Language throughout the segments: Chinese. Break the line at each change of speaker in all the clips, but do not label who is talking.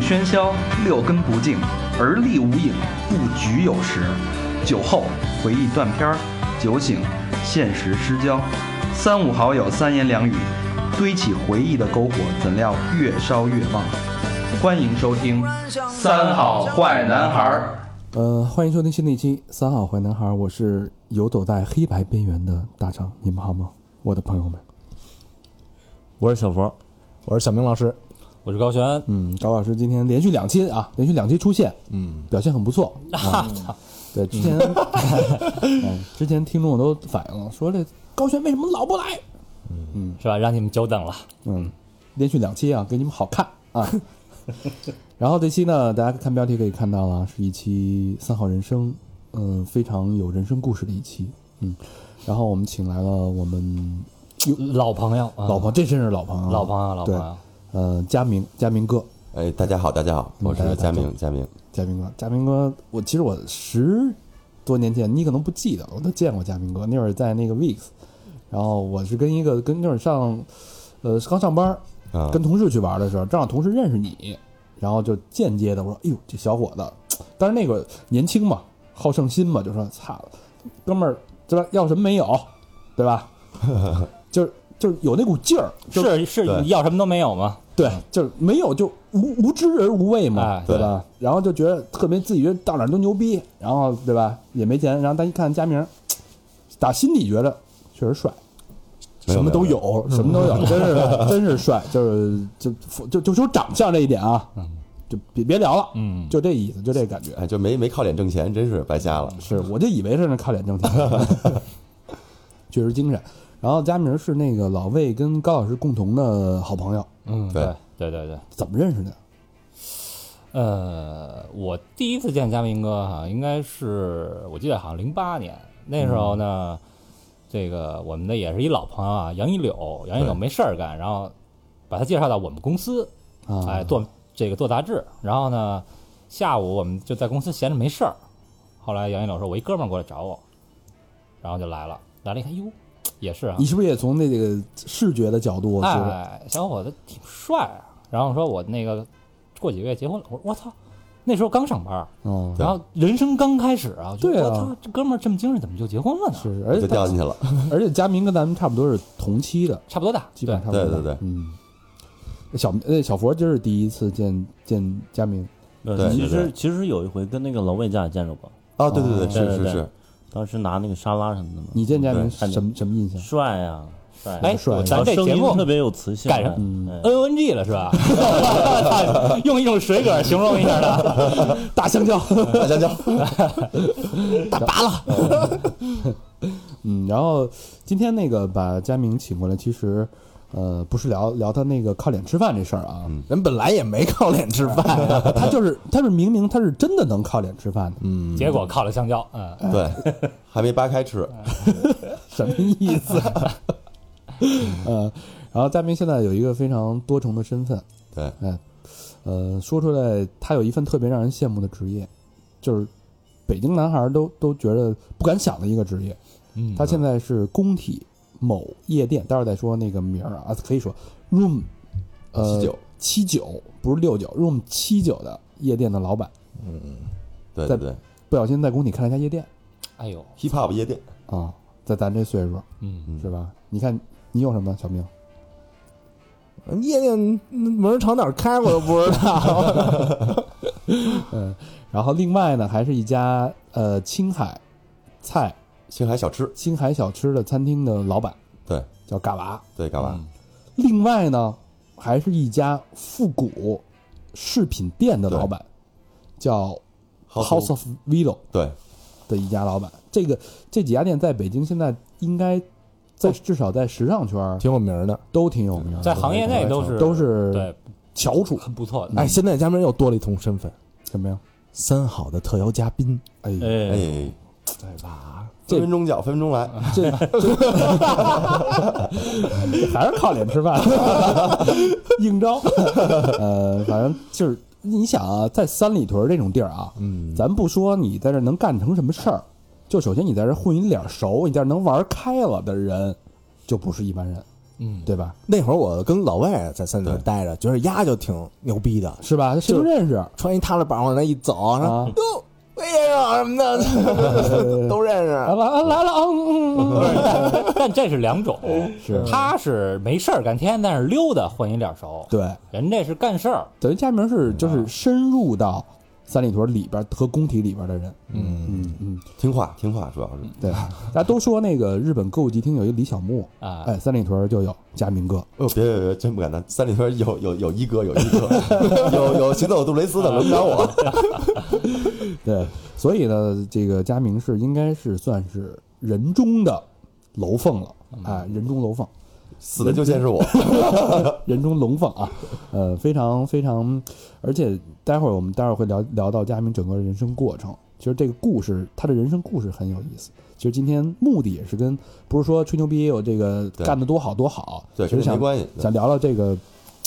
喧嚣，六根不净，而立无影，不局有时。酒后回忆断片儿，酒醒现实失焦。三五好友三言两语，堆起回忆的篝火，怎料越烧越旺。欢迎收听《三好坏男孩儿》。
呃，欢迎收听新的一期《三好坏男孩》，我是游走在黑白边缘的大张，你们好吗？我的朋友们，
我是小佛，
我是小明老师。
我是高璇。
嗯，高老师今天连续两期啊，连续两期出现，嗯，表现很不错。 啊、对，之 前、哎之前听众都反映了，说这高璇为什么老不来？
是吧？让你们久等了。
嗯，连续两期啊，给你们好看 啊。然后这期呢，大家看标题可以看到了，是一期三好人生，嗯、非常有人生故事的一期，嗯。然后我们请来了我们
老朋友，啊
老朋友，这真是老朋友啊，
老朋友老朋友
对，呃，佳明，佳明哥，
哎，大家好，大家
嗯
好，我是佳明，佳明，
嘉宾哥，嘉宾哥，我其实我十多年前，你可能不记得，我都见过嘉宾哥。那会儿在那个 Weeks，然后我是跟一个跟那会儿上，呃，刚上班，
啊
跟同事去玩的时候，正好同事认识你，然后就间接的我说，哎呦，这小伙子，但是那个年轻嘛，好胜心嘛，就说操，哥们儿，对吧？要什么没有，对吧？ 就是就是有那股劲儿，就是
是，
对
你要什么都没有吗？
对，就是没有就无无知而无畏嘛，
哎
对吧？然后就觉得特别自己觉得到哪儿都牛逼，然后对吧？也没钱，然后但一看佳明，打心底觉得确实帅，
没有
什么都
没有
有，什么都有，真是真是帅，就是就就就说长相这一点啊，就别别聊了，
嗯
就这意思，就这感觉。
哎，就没没靠脸挣钱，真是白瞎了。
是，我就以为是那靠脸挣钱，确实精神。然后佳明是那个老魏跟高老师共同的好朋友，
嗯，
对
对对对。
怎么认识的？
呃，我第一次见嘉明哥哈，应该是我记得好像零八年那时候呢，这个我们的也是一老朋友啊，杨一柳，杨一柳
对
没事儿干，然后把他介绍到我们公司，
啊，
哎，做这个做杂志。然后呢，下午我们就在公司闲着没事儿。后来杨一柳说：“我一哥们儿过来找我，然后就来了。来了一看，哟，也是啊
你，是不是也从那个视觉的角度觉得
哎，小伙子挺帅啊。”然后说：“我那个过几个月结婚了。”我说：“我操！”那时候刚上班儿，
哦，
然后人生刚开始啊，我觉得
对啊
我操，这哥们儿这么精神，怎么就结婚了呢？
是，而
我就
且
掉
哎他
进去了。
而且佳明跟咱们差不多是同期的，
差不多大，
基本
对
上差不多大。
对对对
嗯。小呃小佛今儿是第一次见见佳明，
对
对，呃其
对
实其实有一回跟那个老魏家也见着过，
啊，对
哦
对对，是
对对
是是，
当时拿那个沙拉什么的嘛，
你见佳明
嗯对
什什么什么印象？
帅呀，帅呀，
哎，
帅
咱
然后
这
声
节
音
目嗯
特别有磁性，
赶上
哎
N O N G 了是吧？ 用一种水梗形容一下他。
大香蕉，
大家叫
嗯，然后今天那个把佳明请过来，其实呃不是聊聊他那个靠脸吃饭这事儿啊，
嗯
人本来也没靠脸吃饭，
他就是他是明明他是真的能靠脸吃饭的，
结果靠了香蕉，嗯，
对，还没扒开吃，
什么意思？ 呃，然后佳明现在有一个非常多重的身份，
对，
哎，呃，说出来，他有一份特别让人羡慕的职业，就是北京男孩儿都都觉得不敢想的一个职业。
嗯
他现在是工体某夜店，待会儿再说那个名儿啊，可以说 Room 呃
79
七九不是六九 Room 七九的夜店的老板，
对
在
对对
不小心在工体开了一家夜店
哎呦，
，hip hop 夜店，
啊，在咱这岁数
嗯，
是吧？你看你有什么小明？
夜店门朝哪儿开我都不知道。
嗯然后另外呢，还是一家呃青海菜
青海小吃，
青海小吃的餐厅的老板，
对
叫嘎娃。
对，干
嗯
嘛？
另外呢，还是一家复古饰品店的老板，叫 House of Vilo
对，
的一家老板。这个这几家店在北京现在应该在至少在时尚圈儿
哦挺有名儿的。
都挺有名儿的，
在行业内都是
都是
对
翘楚。
很不错
嗯
的。
哎，现在佳明又多了一重身份，
什么呀？
三好的特邀嘉宾。
哎，
哎，
哎，
对吧？
分分钟叫，分分钟来，
这这还是靠脸吃饭， 应招。 呃，反正就是你想啊，在三里屯这种地儿啊，
嗯，
咱不说你在这能干成什么事儿，就首先你在这混一脸熟，你在这能玩开了的人，就不是一般人。
嗯，
对吧？
那会儿我跟老魏在三里屯待着，觉得丫就挺牛逼的，
是吧？这谁不
就
认识？
穿一踏拉板往那一走，说
啊
哟，魏先生什么 的都认
来
识。
了啊来了，嗯嗯嗯嗯
但这是两种，
哦
是
他是没事儿干天，但是溜达混一脸熟，
对，
人这是干事儿，
等于佳明是就是深入到三里屯里边儿和工体里边儿的人，
嗯，
嗯，
听话听话，主要是。哎
对。大家都说那个日本歌舞伎町有一李小牧，
啊
哎，三里屯就有佳明哥，
哎呦，别别别，真不敢当！三里屯有有有一哥，有一哥， 有有行走杜蕾斯的轮不着我。
对，所以呢，这个佳明是应该是算是人中的楼凤了，哎，人中楼凤，
死的就先是我。
人中龙凤啊，呃，非常非常，而且待会儿我们待会儿会聊聊到佳明整个人生过程。其实这个故事，他的人生故事很有意思。其实今天目的也是跟不是说吹牛逼有这个
对
干得多好多好，
对，
其
跟
实
这没
想
关系。
想聊聊这个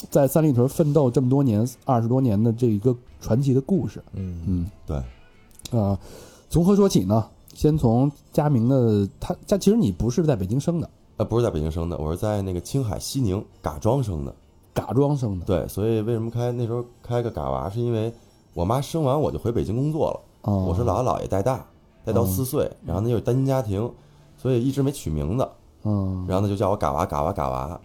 在三里屯奋斗这么多年二十多年的这一个传奇的故事。
嗯，
嗯，
对，
啊，从何说起呢？先从佳明的他家，其实你不是在北京生的，
呃，不是在北京生的，我是在那个青海西宁嘎庄生的。
嘎庄生的
对，所以为什么开那时候开个嘎娃，是因为我妈生完我就回北京工作了，
啊。
我是姥姥姥爷带大，带到四岁，
哦
然后呢又是单亲家庭，所以一直没取名字，
嗯
然后呢就叫我嘎娃嘎娃嘎娃
啊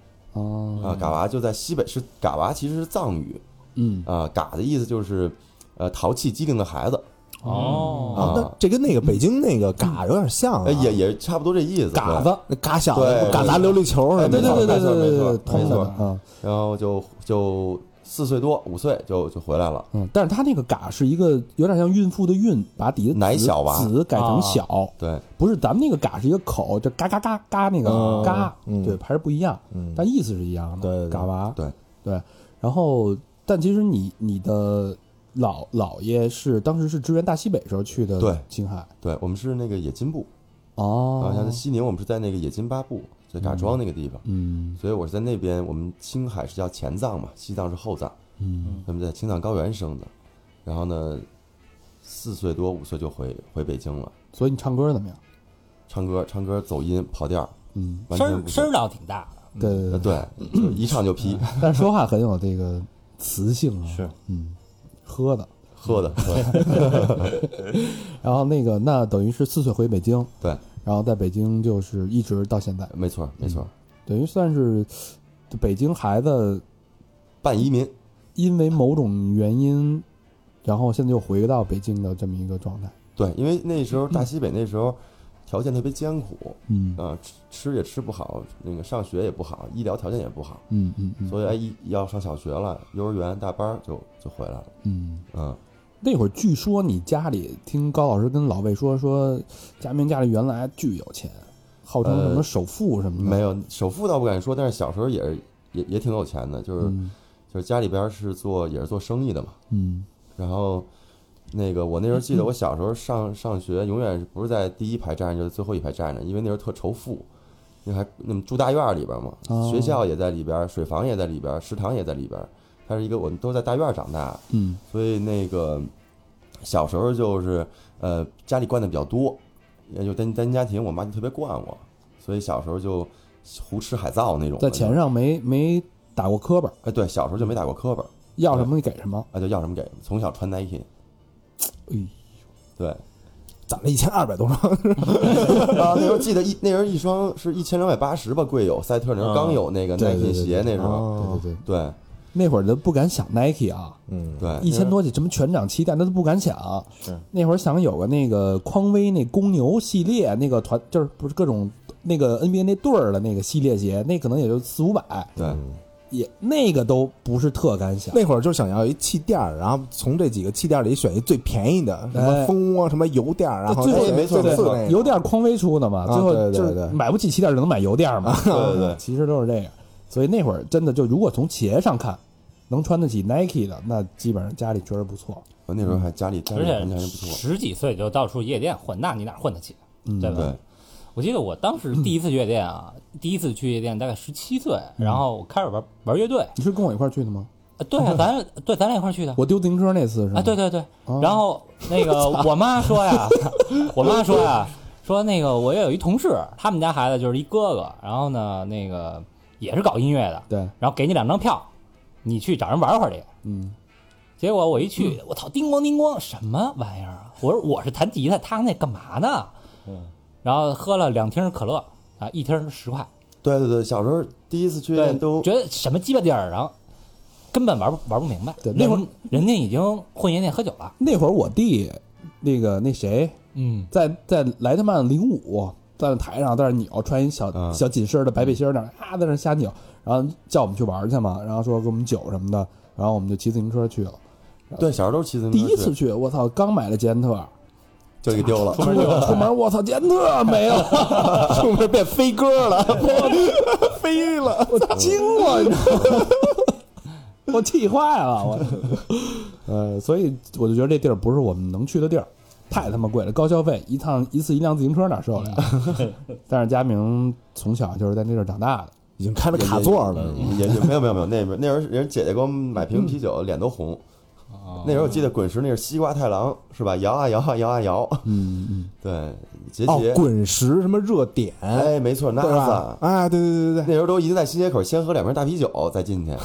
啊，嘎娃就在西北是嘎娃，其实是藏语
嗯
啊，嘎的意思就是呃淘气机灵的孩子，
哦，
啊，那这跟那个北京那个嘎有点像啊
哎，也也差不多这意思。
哦嘎
对
子，
那嘎小
对
子，嘎砸琉璃球
哎
似
对
的
对
那
对
种。
对对对对，
没错
通的啊
然后就就四岁多五岁就就回来了。
嗯，但是他那个嘎是一个有点像孕妇的孕，把底下
奶小娃
子改成
啊
小，
对，
不是咱们那个嘎是一个口，就嘎嘎嘎嘎那个
嗯
嘎，
嗯
对，还是不一样，
嗯
但意思是一样的，
对对对
嘎娃，
对
对，然后但其实你你的老姥爷是当时是支援大西北时候去的，
对
青海
对，我们是那个冶金部，然后像在
哦，
西宁，我们是在那个冶金巴布，在嘎庄那个地方，
嗯
所以我是在那边。我们青海是叫前藏嘛，西藏是后藏，
嗯
那么在青藏高原生的，然后呢，四岁多五岁就回回北京了，
所以你唱歌怎么样？
唱歌唱歌走音跑调，
嗯，
哎完
声
全
儿
不
声
行
儿倒嗯挺大的，
对
呃
对对，
对，就一唱就劈，
但是说话很有这个磁性啊，
是，
嗯，喝的。
喝的喝的，
然后那个，那等于是四岁回北京，
对，
然后在北京就是一直到现在，
没错没错，
等于算是呃北京孩子
半移民，
因为某种原因，然后现在又回到北京的这么一个状态。
对，因为那时候大西北那时候条件特别艰苦，
嗯
呃，吃吃也吃不好，那个上学也不好，医疗条件也不好，
嗯嗯嗯
所以哎一要上小学了，幼儿园大班儿就就回来了，
嗯。
嗯，
那会儿据说你家里听高老师跟老魏说说，佳明家里原来巨有钱，号称什么
呃
首富什么的。
没有首富倒不敢说，但是小时候也是也也挺有钱的，就是、
嗯
就是家里边儿是做也是做生意的嘛，
嗯
然后那个我那时候记得我小时候上上学永远是不是在第一排站着就是最后一排站着，因为那时候特仇富。那还那么住大院儿里边儿嘛，
哦
学校也在里边儿，水房也在里边儿，食堂也在里边儿。它是一个我们都在大院儿长大，
嗯
所以那个小时候就是呃家里惯的比较多，也就单单亲家庭，我妈就特别惯我，所以小时候就胡吃海造那种。
在钱，上没没打过磕巴，
哎，对，小时候就没打过磕巴，
要什么给什么。
啊，就要什么给，从小穿 Nike。
哎呦
对，
攒了一千二百多双，
啊，那时候记得一那时候一双是一千两百八十吧，贵有赛特，
啊
那时候刚有那个
对
Nike
对对哦
鞋，那时候，
对对对，
对
那会儿都不敢想 Nike 啊，
嗯，
对，
一千多起什么全掌气弹，他都不敢想。
是
那会儿想有个那个匡威那公牛系列那个团，就是不是各种那个 NBA 那队儿的那个系列鞋，那可能也就四五百，
对，
也那个都不是特敢想。
嗯那会儿就想要一气垫儿，然后从这几个气垫儿里选一最便宜的，什么蜂窝、什么油垫儿，然后
哎最后
哎
没错
最
没错
次那个
油垫儿匡威出的嘛，
啊
最后
对对
就是
对啊
买不起气垫儿只能买油垫儿嘛。
对对对，
其实都是这样，所以那会儿真的就如果从鞋上看，能穿得起 Nike 的，那基本上家里确实不错。
我那时候还家里家
而
里环
且
境还不错，嗯
十几岁就到处夜店混，那你哪混得起，对吧？
对，
我记得我当时第一次去夜店啊，第一次去夜店大概十七岁，
嗯
然后我开始玩玩乐队，
你是跟我一块儿去的吗？
啊对 啊，咱对咱俩一块儿去的。
我丢自行车那次是吗？
啊，对对对，
哦
然后那个我妈说呀， 我妈说呀，说那个我也有一同事，他们家孩子就是一哥哥，然后呢，那个也是搞音乐的，
对，
然后给你两张票，你去找人玩会儿去。
嗯，
结果我一去，我操，叮咣叮咣，什么玩意儿啊？我说我是弹吉他，他那干嘛呢？
嗯，
然后喝了两听可乐啊，一听十块，
对对对，小时候第一次去
对，
都
觉得什么鸡巴地儿，然后根本玩不玩不明白。
对那会儿
人人家已经混夜店喝酒了，
那会儿我弟那个那谁
嗯，
在在莱特曼零五在那台上在那扭，穿一小、
嗯
小紧身的白背心儿那儿啊在那瞎扭，然后叫我们去玩儿去嘛，然后说给我们酒什么的，然后我们就骑自行车去了。
对小时候都是骑自行车
第
去，
一次去，我操，刚买了捷安特，
就给丢了，
出门出门， 我操，捷安特没了， 出门变飞鸽了，我 飞了，我惊了，你知道吗？ 我气坏了，我， 呃，所以我就觉得这地儿不是我们能去的地儿，太他妈贵了，高消费，一趟一次一辆自行车哪受得了？ 但是佳明从小就是在那地儿长大的，
已经开了卡座了，
嗯也也没有没有没有，那边那时候人姐姐给我们买瓶啤酒，脸都红。那时候我记得滚石那是西瓜太郎是吧？摇啊摇啊摇啊摇，
嗯嗯，
对，杰
哦
杰，，
滚石什么热点，
哎，没错
对吧
啊
，NASA，？
哎，对对对对
那时候都一定在新街口先喝两瓶大啤酒再进去，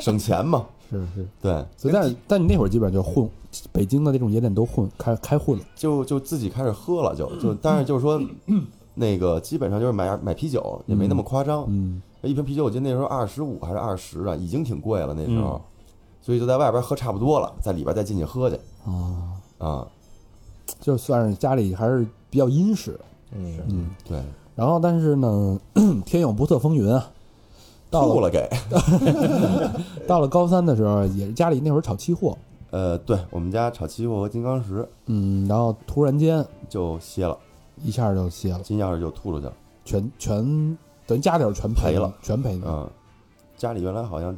省钱嘛。
是是，
对，
所以但是但你那会儿基本上就混北京的那种夜店都混开开混了，
就就自己开始喝了，就就但是就是说，那个基本上就是买买啤酒也没那么夸张，哎
嗯，
一瓶啤酒我记得那时候二十五还是二十啊，已经挺贵了那时候，所以就在外边喝差不多了，在里边再进去喝去
啊，
啊，
就算是家里还是比较殷实，
嗯，
嗯。
对，
然后，但是呢， 天有不测风云啊。到
吐
了
了给，
到了高三的时候，也是家里那会儿炒期货，
呃，对我们家炒期货和金刚石
嗯，然后突然间
就歇了，
一下就歇了，
金钥匙就吐出去了，
全全咱家里头全赔
赔了，
全赔了。
嗯，家里原来好像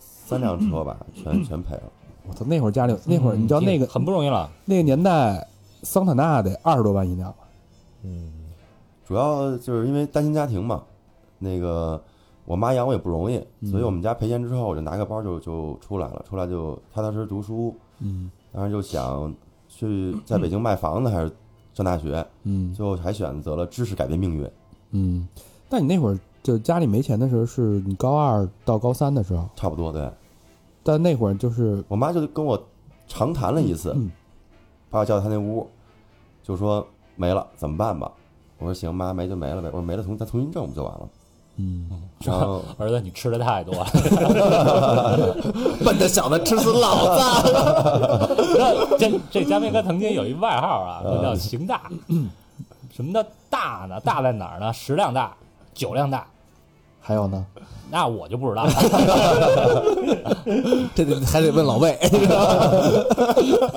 三辆车 吧，全全赔了，
我操，那会儿家里那会儿，你知道那个、
很不容易了，
那个年代，桑塔纳得二十多万一辆，
主要就是因为单亲家庭嘛，那个我妈养我也不容易，所以我们家赔钱之后，我就拿个包就就出来了，出来就踏踏实实读书，
嗯
当时就想去在北京卖房子还是上大学，
嗯
最后还选择了知识改变命运，
嗯。但你那会儿就家里没钱的时候，是你高二到高三的时候，
差不多对
但那会儿就是
我妈就跟我长谈了一次，
嗯
把我叫到她那屋，就说没了怎么办吧？我说行，妈没就没了呗。我说没了重咱重新挣不就完了吗？
嗯，
然后
儿子你吃的太多了。
笨的小子吃死老子，
那这这嘉宾哥曾经有一外号啊，那
嗯
叫“行大”。什么叫大呢？大在哪儿呢？食量大，酒量大。
还有呢，
那我就不知 道了。
这得还得问老魏，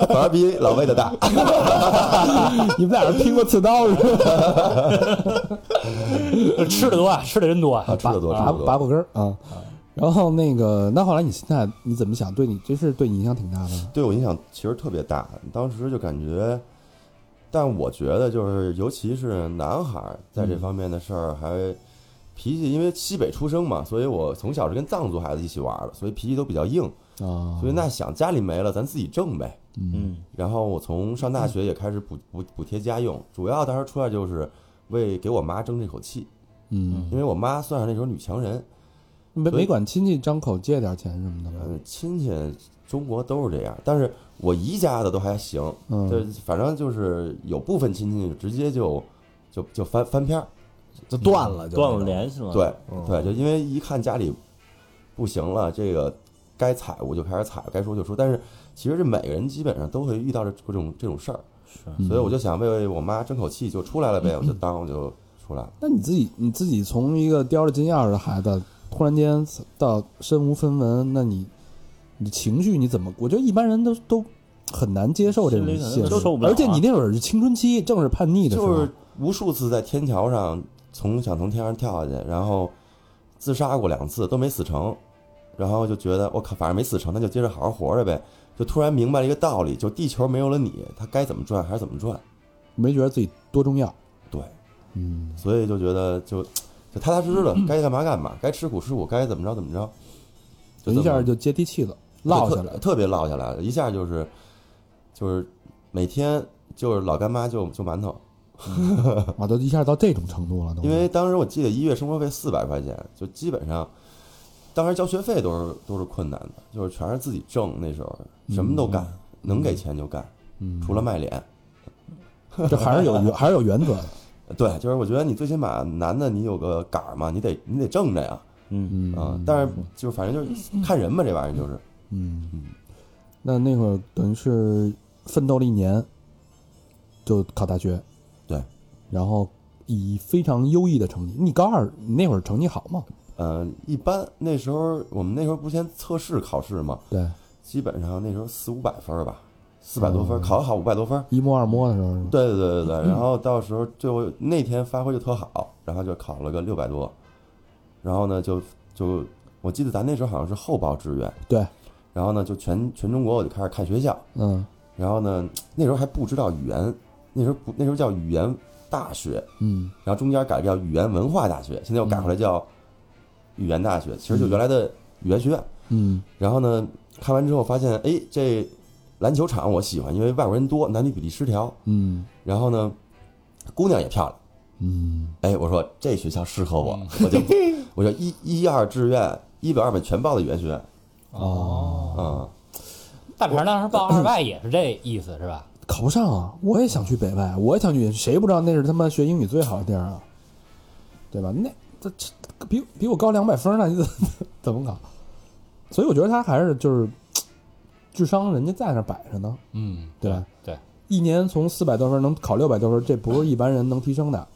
反而比老魏的大，
啊你们俩是拼过刺刀是吧？
吃的多啊，吃的真多啊。
吃的多，吃
拔
的
拔
多。
过根儿啊。然后那个，那后来你现在你怎么想？对你这事对你影响挺大的吗。
对我影响其实特别大，当时就感觉，但我觉得就是，尤其是男孩儿在
嗯
这方面的事儿还脾气，因为西北出生嘛，所以我从小是跟藏族孩子一起玩儿的，所以脾气都比较硬。
啊，
所以那想家里没了，咱自己挣呗。
嗯，
然后我从上大学也开始补补补贴家用，主要当时出来就是为给我妈争这口气，
嗯，
因为我妈算是那时候女强人，
没没管亲戚张口借点钱什么的吗？
嗯，亲戚中国都是这样，但是我姨家的都还行，
嗯
对，反正就是有部分亲戚直接就就就翻翻篇儿，
就断了，
嗯
就
断了联系了。，
对对，就因为一看家里不行了，这个该踩我就开始踩，该说就说，但是其实这每个人基本上都会遇到这这种这种事儿，
是
嗯
所以我就想为我妈争口气，就出来了呗，我就当我就出来了。
嗯那你自己你自己从一个叼着金钥匙的孩子，突然间到身无分文，那你你的情绪你怎么？我觉得一般人都都很难接受这种
心里可能
现
都受
实
不，了啊
而且你那会儿是青春期，正是叛逆的时候，
就是无数次在天桥上从想从天上跳下去，然后自杀过两次都没死成，然后就觉得我靠，反正没死成，那就接着好好活着呗。就突然明白了一个道理，就地球没有了你，它该怎么转还是怎么转。
没觉得自己多重要。
对，
嗯，
所以就觉得就 就踏踏实实的，该干嘛干嘛，该吃苦吃苦，该怎么着怎么着，就这么
一下就接地气了，落下来
特
了。
特别落下来了，一下就是就是每天就是老干妈就就馒头，
啊，都一下到这种程度了，都
因为当时我记得一月生活费四百块钱，就基本上，当时交学费都是都是困难的，就是全是自己挣，那时候什么都干，能给钱就干，除了卖脸。
嗯这还是有原还是有原则的，
对，就是我觉得你最起码男的你有个杆儿嘛，你得你得挣着呀，
嗯
嗯，
啊、但是就是反正就是看人吧，这玩意儿就是，
嗯，那那会儿等于是奋斗了一年，就考大学，
对，
然后以非常优异的成绩，你高二你那会儿成绩好吗？
呃，一般那时候我们那时候不是先测试考试嘛，
对，
基本上那时候四五百分儿吧，四百多分儿，考得好五百多分儿。
一摸二摸的时候是吧？
对对对对对，然后到时候就那天发挥就特好，然后就考了个六百多，然后呢就就我记得咱那时候好像是后报志愿，
对，
然后呢就全全中国我就开始看学校，
嗯
然后呢那时候还不知道语言，那时候不那时候叫语言大学，
嗯，
然后中间改叫语言文化大学，现在又改回来叫语言大学，其实就原来的语言学院。
嗯
然后呢，看完之后发现，哎，这篮球场我喜欢，因为外国人多，男女比例失调。
嗯
然后呢，姑娘也漂亮。
嗯，
哎，我说这学校适合我，我就我就一一二志愿，一本二本全报的语言学院
哦，
啊、
嗯
大肠当时报二外也是这意思是吧？
考不上啊！我也想去北外，我也想去，谁不知道那是他妈学英语最好的地儿啊？对吧？那这这比比我高两百分呢， 你怎么怎么搞？所以我觉得他还是就是智商，人家在那儿摆着呢。
嗯，
对吧
对，
一年从四百多分能考六百多分，这不是一般人能提升的。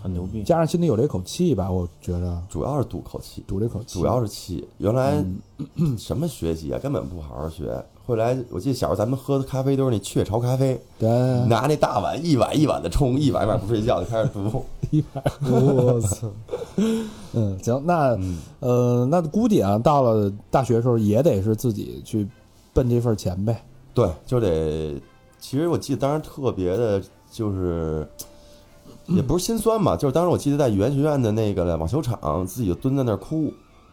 很牛逼，
加上心里有这口气吧，我觉着
主要是赌口气，
赌这口气，
主要是气。原来、 什么学习啊，根本不好好学。后来我记得小时候咱们喝的咖啡都是那雀巢咖啡，
对，
拿那大碗一碗一碗的冲，一碗一碗不睡觉就开始读。
我操，嗯，行，那呃，那估计啊，到了大学的时候也得是自己去奔这份钱呗。
对，就得。其实我记得当时特别的，就是也不是心酸嘛，就是当时我记得在语言学院的那个网球场，自己就蹲在那儿哭，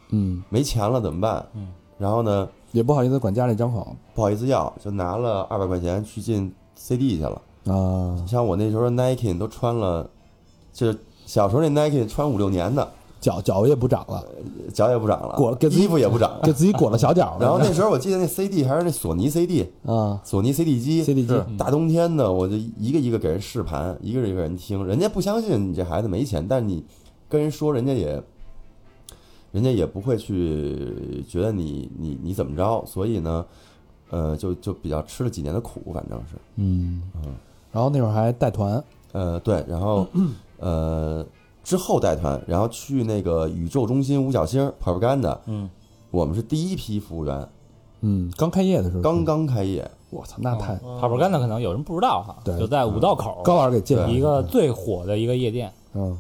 嗯，
没钱了怎么办？嗯，然后呢，
也不好意思管家里张口
不好意思要，就拿了二百块钱去进 CD 去了。
啊
你，像我那时候 Nike 都穿了，就是小时候那 Nike 穿五六年的，
脚脚也不长了，
脚也不长了，
裹了给自己
衣服也不 长。
给自己裹了小脚了。
然后那时候我记得那 CD 还是那索尼 CD，
啊
索尼 CD 机
，CD 机嗯
是
大冬天的，我就一个一个给人试盘，一个一个人听，人家不相信你这孩子没钱，但你跟人说，人家也，人家也不会去觉得你你你怎么着，所以呢，呃，就就比较吃了几年的苦，反正是，
嗯，然后那会儿还带团，
呃，对，然后呃之后带团，然后去那个宇宙中心五角星 propaganda，
嗯，
我们是第一批服务员，
嗯，刚哦开业的时候，
刚，刚开业，
我操，那太
帕布干的可能有人不知道哈，
嗯对
就在五道口
高老师给介绍
一个最火的一个夜店，
嗯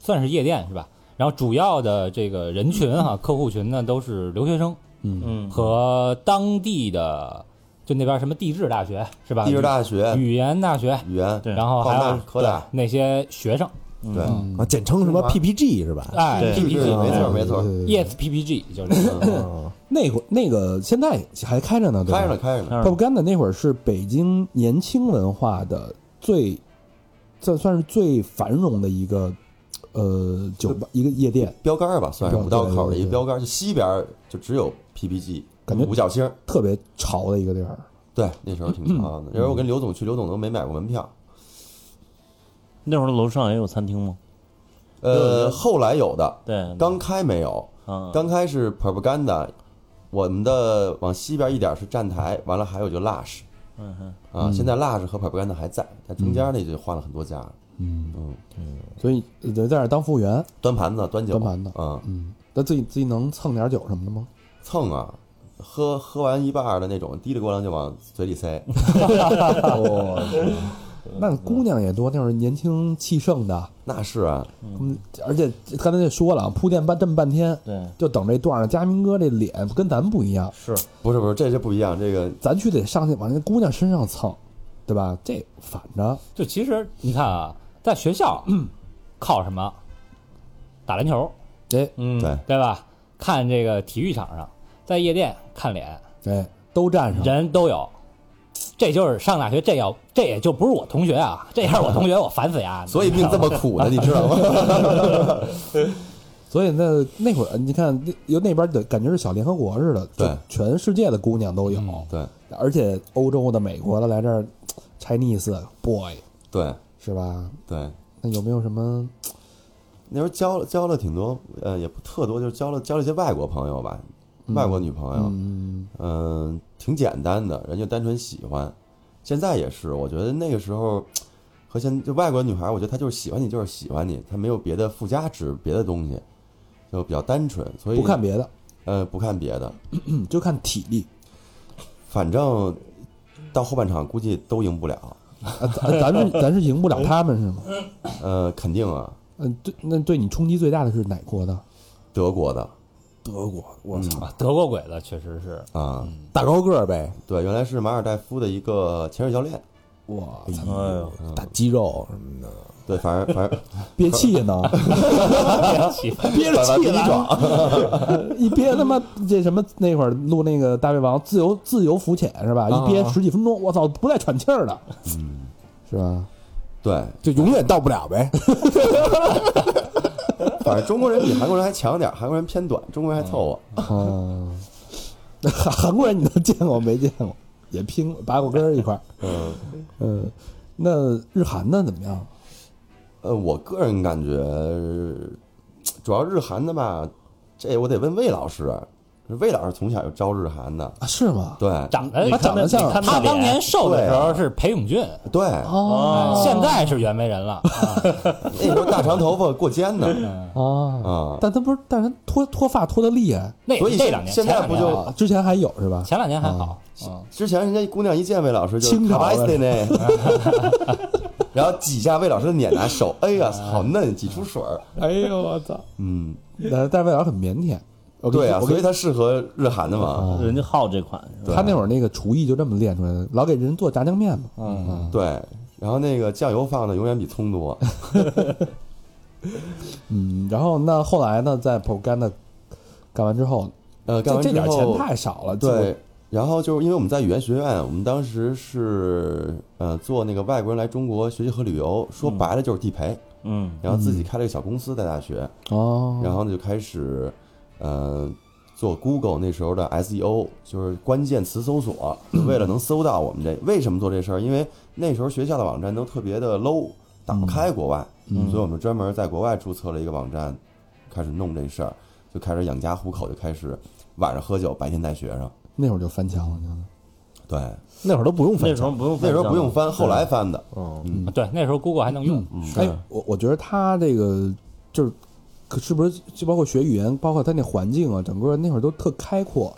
算是夜店是吧？然后主要的这个人群哈、
嗯
客户群呢都是留学生
嗯
嗯，
和当地的，就那边什么地质大学是吧？
地质大
嗯
学
语言大学，
语言，
对
然后还
矿
有
大科大
对那些学生，
对，
嗯
啊，简称什么 PPG 是吧？
哎 E
对
对
，PPG
没错没错。
Yes PPG 就是
那会儿那个现在还开着呢，对吧
开着呢，开着呢，
嗯
Propaganda 那会儿是北京年轻文化的最，这算是最繁荣的一个，呃，酒吧一个夜店，
标杆儿吧，算是
标
五道口的
对对
一
对
标杆儿，就西边儿就只有 PPG，
感觉
五角星儿。
特别潮的一个地儿。
对，那时候挺
嗯
高的。那时候我跟刘总去，刘总都没买过门票。
那会儿楼上也有餐厅吗？
呃，后来有的，
对，
嗯
刚开没有，
啊，
刚开是 Propaganda，我们的往西边一点是站台，完了还有就 Lush
嗯哼，
啊，现在 Lush 和 Propaganda 还在，但中间那就换了很多家了，
嗯
嗯，
所以呃在那儿当服务员，
端盘子、端酒、
端盘子
嗯，
嗯，那自己自己能蹭点酒什么的吗？
蹭啊。喝喝完一半儿的那种，滴里咣啷就往嘴 里塞，
哦那姑娘也多，那会儿年轻气盛的，
那是啊，
嗯，而且刚才就说了，啊铺垫半这么半天，
对，
就等这段儿，佳明哥这脸跟咱不一样，
是，哎
不是不是，这这不一样，这个
咱去得上去往那姑娘身上蹭，对吧？这反着，
就其实你看啊，在学校嗯靠什么？打篮球，
哎
嗯，
对，
对吧？看这个体育场上，在夜店看脸，
哎，都站上，
人都有，这就是上大学，这要这也就不是我同学啊，这要是我同学，我烦死呀！
所以命这么苦 的，你知道吗？
所以那那会儿你看那有那边的感觉是小联合国似的，就
对
全世界的姑娘都有，
嗯
对
而且欧洲的、美国的来这儿，Chinese boy
对
是吧？
对，
那有没有什么？
那时候交交了挺多，呃，也不特多，就是交了交了一些外国朋友吧，外国女朋友，
嗯，
嗯，挺简单的，人就单纯喜欢。现在也是，我觉得那个时候和现就外国女孩，我觉得她就是喜欢你，就是喜欢你，她没有别的附加值，别的东西，就比较单纯。所以
不看别的，
呃，不看别的，
嗯，就看体力。
反正到后半场估计都赢不了。
啊咱咱是咱是赢不了他们是吗？
呃，肯定啊，
嗯，对，那对你冲击最大的是哪国的？嗯
德国的
德国，我操，
啊德国鬼子确实是，
啊，
大高个儿呗，
对，原来是马尔代夫的一个潜水教练，
哇，
哎
呦，
大肌肉什么的，
对，反正反正
憋气 呢，憋着气了， 一憋他妈这什么那会儿录那个大胃王自由自由浮潜是吧？
啊嗯
一憋十几分钟，我操，不带喘气儿的， 是吧？
对，
就永远到不了呗。
反正中国人比韩国人还强点儿，韩国人偏短，中国人还凑 合。
啊，那韩韩国人你都见过没见过？也拼过拔过根儿一块儿，
嗯，
嗯，那日韩的怎么样？
呃，我个人感觉，呃主要日韩的吧，这我得问魏老师，魏老师从小就招日韩的，
啊，是吗？
对
长得
你看那
长得像
你看
他
那
当
脸
年瘦的时候是裴勇俊，
对，
哦
哎现在是袁惟仁了。
那时候大长头发过肩呢，
啊，
啊，
但他不是，但是他脱脱发脱的厉害
那也
所
是
以
这两年，
现
前两
现在不
年
就
好
啊，之前还有是吧？
前两年还好，
之前人家姑娘一见魏老师就
清朝的
的呢， 然后挤一下魏老师的脸拿手，哎呀，好嫩，挤出水儿，
哎呦我操！
嗯，
但但魏老师很腼腆，我跟你
对啊，
哦我跟你
所
哦
以他适合日韩的嘛，
人家好这款是吧？
对
他那会儿那个厨艺就这么练出来的，老给人做炸酱面嘛。
啊
嗯，
对，然后那个酱油放的永远比葱多，
嗯，然后那后来呢，在普干的干完之后，
呃，
这
干完
这
之
点钱
后
太少了。
对，然后就是因为我们在语言学院，我们当时是呃做那个外国人来中国学习和旅游，说白了就是地陪，
嗯，
然后自己开了个小公司在大学，
就哦，
然后呢就开始呃做 Google 那时候的 SEO，就是关键词搜索，就为了能搜到我们这。为什么做这事儿？因为那时候学校的网站都特别的 low，打不开国外，所以我们专门在国外注册了一个网站，开始弄这事儿，就开始养家糊口，就开始晚上喝酒，白天带学生，
那会儿就翻墙了，就是
对。
那会儿都不用翻
那时
墙，
候不用，
那时候不用翻，后来翻的。
嗯，
对，那时候 Google 还能用，
哎，我我觉得他这个就是，可是不是就包括学语言，包括他那环境啊，整个那会儿都特开阔，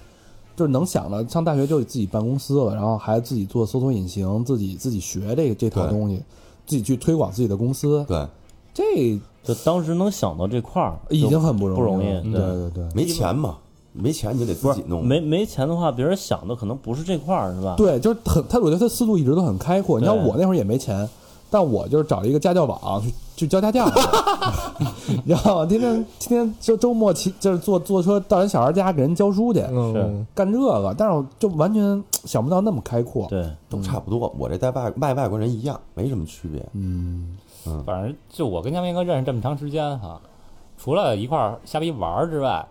就是能想着上大学就自己办公司了，然后还自己做搜索引擎，自己自己学这个这套
对
东西，自己去推广自己的公司，
对，
这
就当时能想到这块儿
已经很不
不
容
容
了
易
对对对。
没钱嘛，没钱你得自己弄。
没没钱的话，别人想的可能不是这块儿是吧？
对，就是很他，我觉得他思路一直都很开阔。你看
对
我那会儿也没钱，但我就是找了一个家教网去去教家教，然后天天天天周周末骑就是坐坐车到人小孩家给人教书去，
是
干这个，但是我就完全想不到那么开阔。
对，
都差不多，我这带外卖外国人一样，没什么区别。
嗯，
反正就我跟江明哥认识这么长时间哈、除了一块儿瞎逼玩儿之外，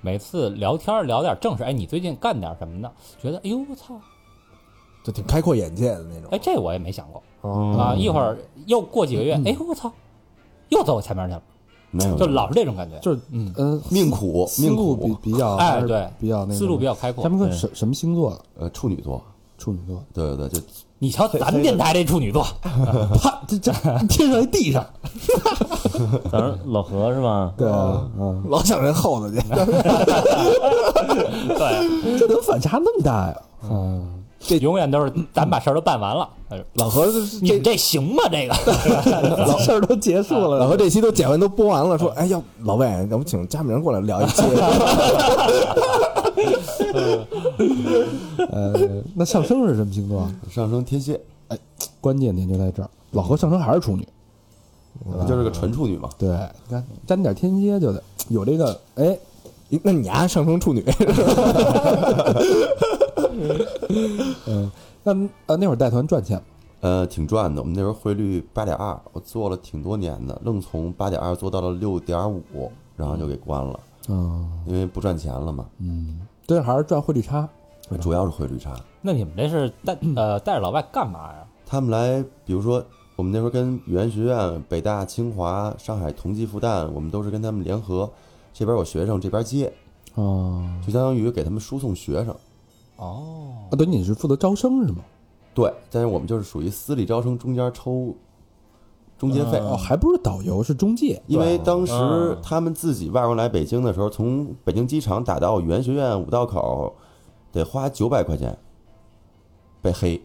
每次聊天儿聊点正事，哎，你最近干点什么呢？觉得哎呦我操，
就挺开阔眼界的那种。
哎这我也没想过
哦，
啊！一会儿又过几个月，哎呦我操，又走我前面去了，
没有，
就老是这种感觉，
就是
嗯
嗯，
命苦，
思
命
路
苦。
比比较
哎
还是
对
比较那个
思路比较开阔
咱。们哥
对
什什么星座的？
呃，处女座，
处女座。
对对对，就
你瞧咱们电台这处女座，
啪，这这天上一地上，
咱老何是吧？
对啊，嗯，
老想人后头去，
对，
这能反差那么大呀？嗯，
永远都是咱把事儿都办完了。
老何
你
这
们这行吗？这个
老事儿都结束了，
老何这期都剪完都播完了，说哎要老魏，咱们请佳明过来聊一期。
呃，那上升是什么星座啊？
上升天蝎，
关键点就在这儿，老何上升还是处女，嗯
就是个纯处女嘛。
对，你看沾点天蝎就得有这个，哎，
那你丫上升处女，
那呃那会儿带团赚钱吗
呃，挺赚的。我们那时候汇率八点二，我做了挺多年的，愣从八点二做到了六点五，然后就给关了，
嗯
因为不赚钱了嘛。
嗯，对，还是赚汇率差。对吧
主要是汇率差。
那你们这是带呃带着老外干嘛呀？
他们来，比如说我们那时候跟语言学院、北大、清华、上海同济、复旦，我们都是跟他们联合，这边有学生，这边接，
哦，
就相当于给他们输送学生。
哦
啊，，对，你是负责招生是吗？
对，但是我们就是属于私立招生中间抽中介费，
哦，还不是导游，是中介。
因为当时
嗯
他们自己外国人来北京的时候，从北京机场打到语言学院五道口，得花九百块钱，被黑，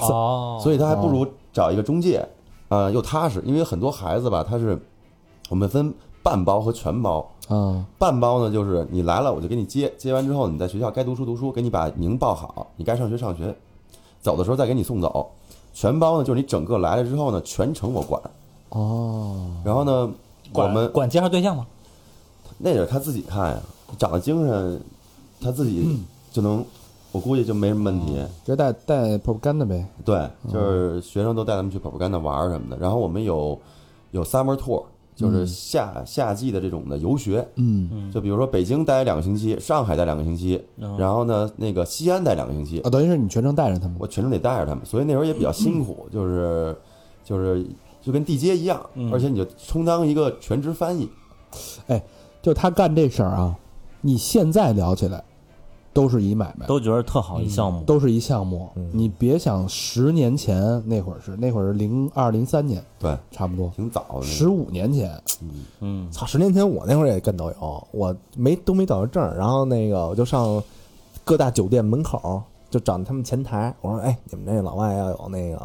哦，
所以他还不如找一个中介，啊，又踏实。因为很多孩子吧，他是我们分半包和全包，
啊，
半包呢就是你来了我就给你接，接完之后你在学校该读书读书，给你把名报好，你该上学上学，走的时候再给你送走。全包呢就是你整个来了之后呢，全程我管，
哦，
然后呢，我
管
们
管介绍对象吗？
那也是他自己看呀，长得精神，他自己就能，我估计就没什么问题。
直接带带 propaganda 呗。
对，就是学生都带他们去跑步干的玩儿什么的。然后我们有有 summer tour，就是夏、夏季的这种的游学。
嗯，
就比如说北京待两个星期，上海待两个星期，
哦
然后呢，那个西安待两个星期，
啊，等于是你全程带着他们。
我全程得带着他们，所以那时候也比较辛苦，就是就是就跟地接一样，
嗯
而且你就充当一个全职翻译。
就他干这事儿啊，你现在聊起来，都是一买卖，
都觉得特好一项目。
都是一项目。你别想十年前那会儿是那会儿是零二零三年，
对，
差不多
挺早的。
十五年前。
嗯，
操，十年前我那会儿也干导游，我没都没导游证儿，然后那个我就上各大酒店门口就找他们前台，我说：“哎，你们这老外要有那个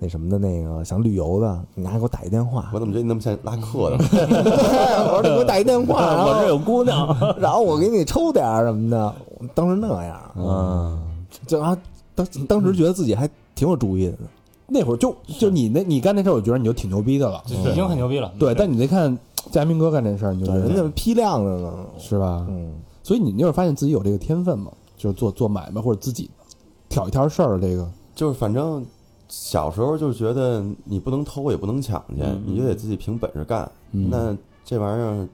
那什么的那个想旅游的，你还给我打一电话。
我怎么觉得你那么像拉客的？
嗯
我说：“你给我打一电话。”然后
我这有姑娘，
然后我给你抽点儿什么的，我当时那样，
嗯，
就啊，当当时觉得自己还挺有主意的，
那会儿就就你那你干那事儿，我觉得你就挺牛逼的了。
已经很牛逼了。
对，但你再看佳明哥干这事儿，你就觉
人
得
家批量的呢，
是吧？
嗯，
所以你那会儿发现自己有这个天分嘛，就是做做买卖或者自己挑一挑事儿的这个。
就是反正小时候就觉得你不能偷也不能抢去，
嗯嗯
你就得自己凭本事干。
嗯
那这玩意儿，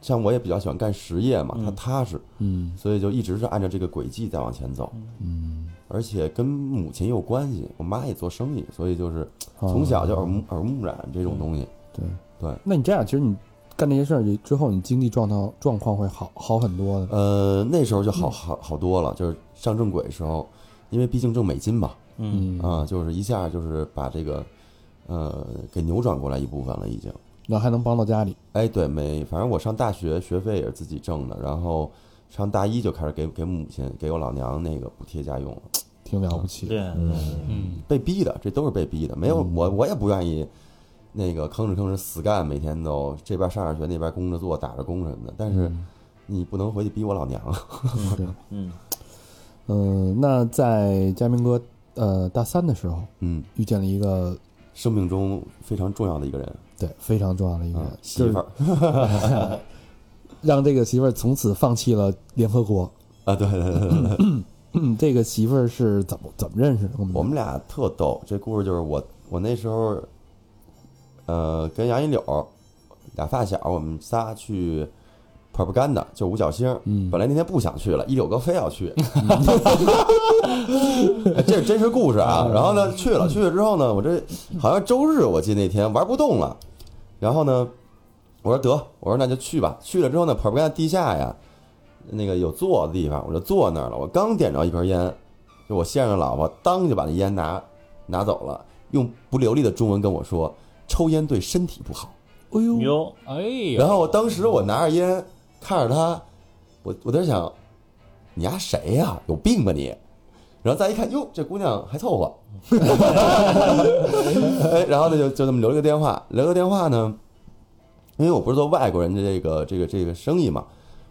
像我也比较喜欢干实业嘛，
嗯
它踏实，
嗯
所以就一直是按照这个轨迹在往前走。
嗯，
而且跟母亲也有关系，我妈也做生意，所以就是
啊
从小就耳目耳濡目染这种东西。
对
对。
那你这样，其实你干这些事儿之后，你经济状况状况会好好很多的。
呃，那时候就好好好多了，就是上正轨的时候，因为毕竟挣美金嘛，
嗯，
嗯，
啊，就是一下就是把这个，呃，给扭转过来一部分了已经。
那还能帮到家里。
哎，对，每反正我上大学学费也是自己挣的，然后上大一就开始给给母亲给我老娘那个补贴家用了，
挺了不起的。
对，
嗯，
被逼的，这都是被逼的，没有我我也不愿意那个吭哧吭哧死干，每天都这边上着学，那边工着做，打着工什么的，但
嗯
是你不能回去逼我老娘啊。
嗯，
嗯，那在佳明哥呃大三的时候，
嗯，
遇见了一个
生命中非常重要的一个人
对非常重要的一个
啊
人，，
媳妇儿
让这个媳妇儿从此放弃了联合国。
啊，对对对对对，
嗯，这个媳妇儿是怎么怎么认识的？
我们俩特逗，这故事就是我我那时候，呃，跟杨一柳儿俩发小，我们仨去 propaganda，就五角星。
嗯
本来那天不想去了，一柳哥非要去，哎这是真实故事啊。然后呢，去了，去了之后呢，我这好像周日，我记得那天玩不动了。然后呢，我说得，我说那就去吧。去了之后呢，propaganda 地下呀，那个有坐的地方，我就坐那儿了。我刚点着一根烟，就我现任老婆当就把那烟拿拿走了，用不流利的中文跟我说：“抽烟对身体不好。
哎呦，
哟，
哎呦，
然后我当时我拿着烟看着她，我我在想，你丫谁呀、有病吧你？然后再一看，哟，这姑娘还凑合。 哎，然后呢就就这么留了个电话，留了个电话呢，因为我不是做外国人的这个这个这个生意嘛，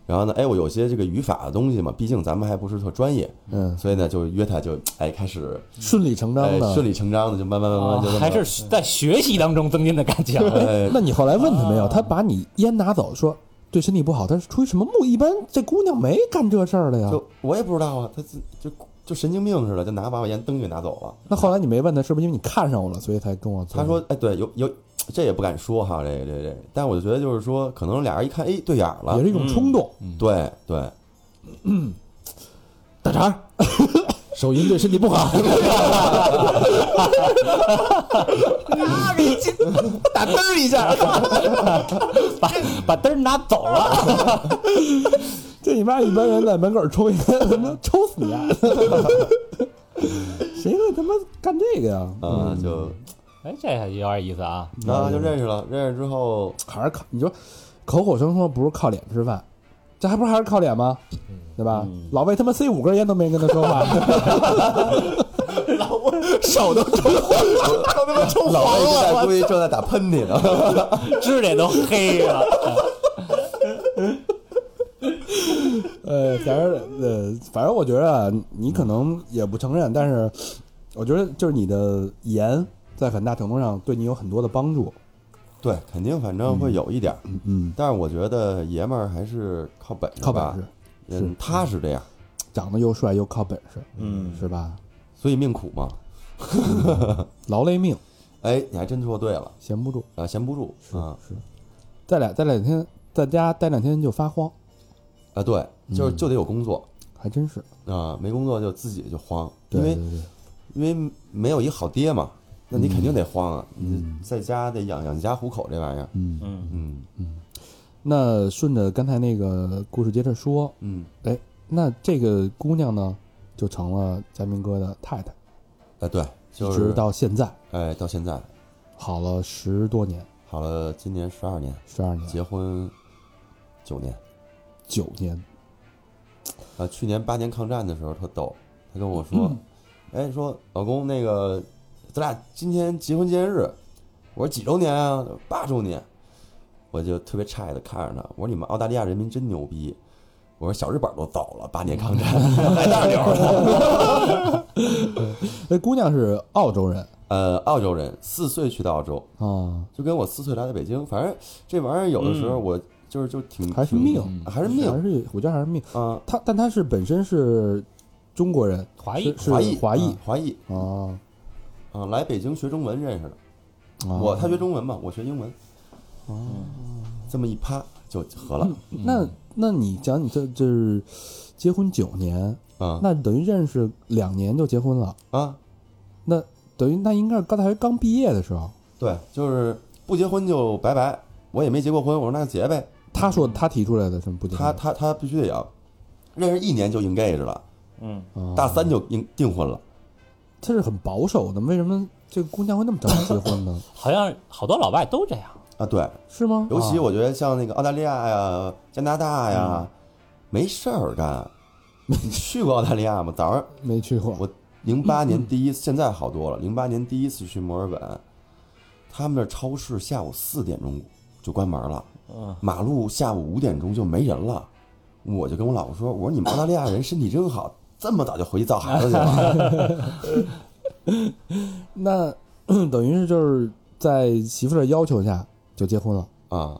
然后呢，哎，我有些这个语法的东西嘛，毕竟咱们还不是特专业，
嗯，
所以呢就约她就哎开始
顺理成章
哎
的。
顺理成章的就慢慢慢慢就
哦
这么、
啊还 是在学习当中增进的感情。
哎啊
那你后来问他没有？他把你烟拿走，说对身体不好，她是出于什么目？一般这姑娘没干这事儿的呀。
就我也不知道啊，他自就就神经病似的，就拿把我烟灯给拿走了。
那后来你没问她是不是因为你看上我了，所以才跟我做？
他说：“哎，对，有有，这也不敢说哈，这这这。但我就觉得就是说，可能俩人一看，哎，对眼儿了嗯
也是，一种冲动。
对对，
大肠儿，手淫对身体不好。
打嘚儿一下，
把把灯儿拿走了，
这你妈一般人在门口抽烟，他 妈抽死你啊！谁会他妈干这个呀？
啊，就
嗯
哎，这还有点意思啊，
啊就认识了，认识之 后，
还是靠你说，口口声声说不是靠脸吃饭，这还不是还是靠脸吗？对吧？老魏他妈塞五根烟都没人跟他说 话，
手都
老
啊
魏现在估计正在打喷嚏 呢。
指甲都黑了。
呃，反正呃，反正我觉得啊你可能也不承认，但是我觉得就是你的言在很大程度上对你有很多的帮助。
对，肯定反正会有一点儿，
嗯，
但是我觉得爷们儿还是靠本事，
靠本事，，
嗯，踏实这样，
长得又帅又靠本事，
嗯
是吧？
所以命苦嘛。
劳累命，
哎，你还真说对了
闲不住。
啊，闲不住啊
再俩再两天在家待两天就发慌，
啊，对，
嗯
就是就得有工作
还真是。
啊，没工作就自己就慌，
对
因为
对对
因为没有一好爹嘛，那你
嗯
肯定得慌啊，你在家得养养家糊口这玩意儿，
嗯，
嗯，
嗯
那顺着刚才那个故事接着说，
嗯，
哎，那这个姑娘呢，就成了佳明哥的太太，
啊对，就
一
是
直到现在，
哎到现在
好了十多年，
好了，今年十二年，
十二年，
结婚九年
九年，
啊，去年八年抗战的时候特逗，他跟我说，
嗯
哎说老公那个咱俩今天结婚纪念日，我说几周年啊？八周年，我就特别诧异的看着他，我说你们澳大利亚人民真牛逼。我说小日本都走了，八年抗 战还那儿留着。
那哎姑娘是澳洲人
呃，澳洲人，四岁去的澳洲，
啊，
就跟我四岁来的北京，反正这玩意儿有的时候我就是就挺
嗯还是
挺
命
还是命
还是我觉得还是命。
啊，
她但她是本身是中国人，
华裔
是是
华裔
华裔
啊华裔
啊
啊，来北京学中文认识的，
啊，
我他学中文嘛，我学英文，这么一趴就合了
那
嗯
那你讲你这这是结婚九年，
啊
那等于认识两年就结婚了，
啊，
那等于那应该是刚才刚毕业的时候。
对，就是不结婚就拜拜，我也没结过婚，我说那就结呗，
他说他提出来的什么不结
他
婚？
他他必须得要，认识一年就 engage 了，
嗯
啊
大三就订订婚了，
他是很保守的，为什么这个姑娘会那么早结婚呢？
好像好多老外都这样，
啊对，
是吗？
尤其我觉得像那个澳大利亚呀、加拿大呀，没事儿干。 你去过澳大利亚吗？早上
没去过，
我零八年第一，现在好多了。零八年第一次去墨尔本，他们那超市下午四点钟就关门了，
嗯
马路下午五点钟就没人了。我就跟我老婆说：“我说你们澳大利亚人身体真好，这么早就回去造孩子去了。
那 等于是就是在媳妇儿的要求下就结婚了，”
啊，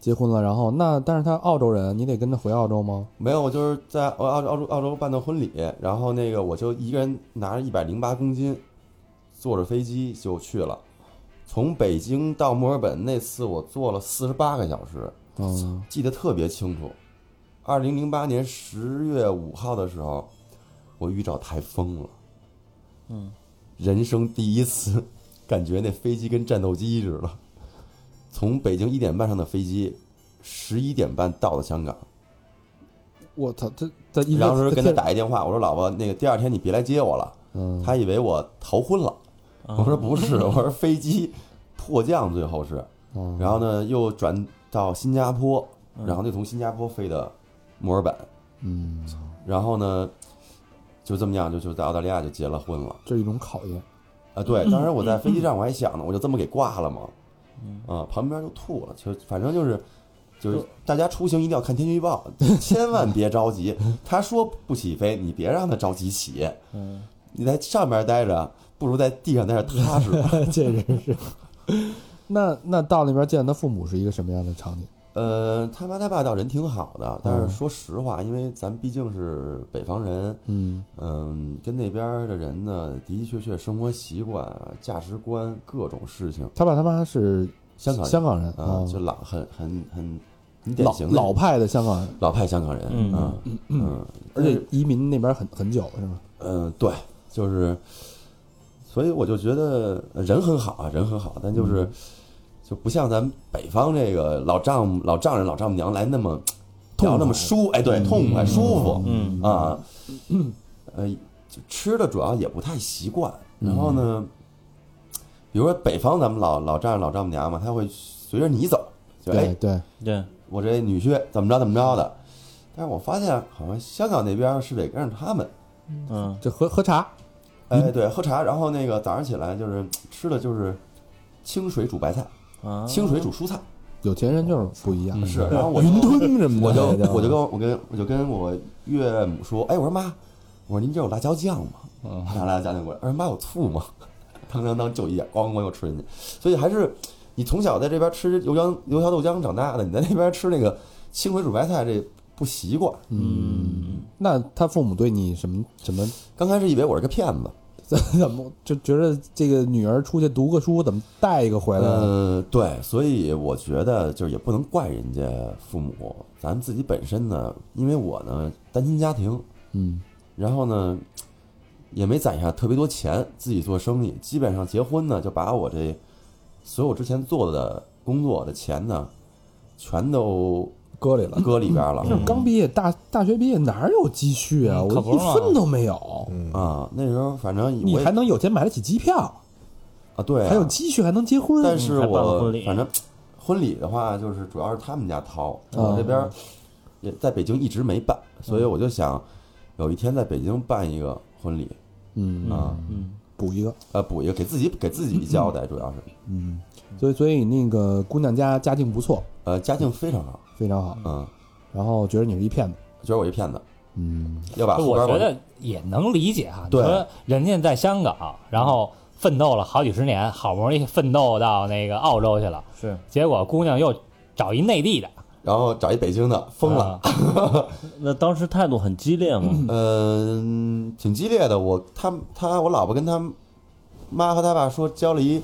结婚了，然后那但是他澳洲人，你得跟他回澳洲吗？
没有，我就是在澳澳洲澳洲澳洲办的婚礼，然后那个我就一个人拿着一百零八公斤，坐着飞机就去了。从北京到墨尔本那次，我坐了四十八个小时，
嗯，
记得特别清楚。二零零八年十月五号的时候，我遇着台风了，嗯，人生第一次感觉那飞机跟战斗机似的。从北京一点半上的飞机，十一点半到的香港，
我操，这在一直
然后
在
说跟他
在
打一电话，我说老婆，那个第二天你别来接我了。
嗯
他以为我逃婚了，我说 不是，我说飞机迫降，最后是，
嗯
然后呢又转到新加坡，然后就从新加坡飞的墨尔本，
嗯，
然后呢就这么样就就在澳大利亚就结了婚了
这是一种考验，
啊。对，当时我在飞机上我还想呢，我就这么给挂了嘛，啊，旁边就吐了，就反正就是。就是大家出行一定要看天气预报， 千万别着急。他说不起飞，你别让他着急起。
嗯，
你在上面待着，不如在地上待着踏实。
这人是。那那到那边见他父母是一个什么样的场景？
呃，他妈他爸倒人挺好的，但
嗯
是说实话，因为咱毕竟是北方人，
嗯
嗯，跟那边儿的人呢，的的确确生活习惯、啊价值观各种事情，
他爸他妈是
香港人
香港人
啊，
哦
就老很很很很典
老
型的
老派的香港人，
老派香港人，
嗯
啊嗯，
而且移民那边很很久了是吗？
嗯，对，就是，所以我就觉得呃人很好啊，人很好，但就是、就不像咱们北方这个老丈母、老丈人、老丈母娘来那么
痛
聊那
快
么舒，哎，对，痛快、舒服，
嗯
啊，呃，就吃的主要也不太习惯，然后呢，比如说北方咱们老老丈人、老丈母娘嘛，他会随着你走，就哎
对对，
对，
我这女婿怎么着怎么着的。但是我发现好像香港那边是得跟着他们，
嗯，
这喝喝茶，嗯
哎，对，喝茶，然后那个早上起来就是吃的就是清水煮白菜，
啊，
清水煮蔬菜
有钱人就是不一样，
是。然后我就
云吞什么的，
我就
那
我就跟我跟我就跟我岳母说，哎，我说妈，我说您这有辣椒酱吗？拿辣椒酱过来，我说妈有醋吗？当当当就一眼，咣咣又吃进去。所以还是你从小在这边吃油浆油条豆浆长大的，你在那边吃那个清水煮白菜这不习惯。
嗯，那他父母对你什么什么
刚开始以为我是个骗子，
怎么就觉得这个女儿出去读个书，怎么带一个回来呢？
呃，对，所以我觉得就是也不能怪人家父母，咱们自己本身呢，因为我呢单亲家庭，
嗯，
然后呢也没攒下特别多钱，自己做生意，基本上结婚呢就把我这所有之前做的工作的钱呢，全都
搁里了。
搁里边了
那刚毕业，大大学毕业哪有积蓄啊？
嗯
我
可不
一
嘛
分都没有，
啊。那时候反正
嗯你
我也
还能有钱买得起机票，
啊对啊
还有积蓄，还能结婚？
但是
还办了
我
婚礼
反正婚礼的话，就是主要是他们家掏，
哦
我这边也在北京一直没办，所以我就想有一天在北京办一个婚礼
嗯，
啊，
嗯，
补一个。
呃，补一个给自己给自己一交代，主要是
所以，所以那个姑娘家家境不错，
呃家境非常好，
非常好。
嗯，
然后觉得你是一骗子，
觉得我一骗子，
嗯，
要把后
我
边
觉得也能理解哈。
对
你说人家在香港，然后奋斗了好几十年，好不容易奋斗到那个澳洲去了，
是
结果姑娘又找一内地的，
然后找一北京的疯了，
啊
那当时态度很激烈嘛，
嗯，挺激烈的，我他他我老婆跟他妈和他爸说交了一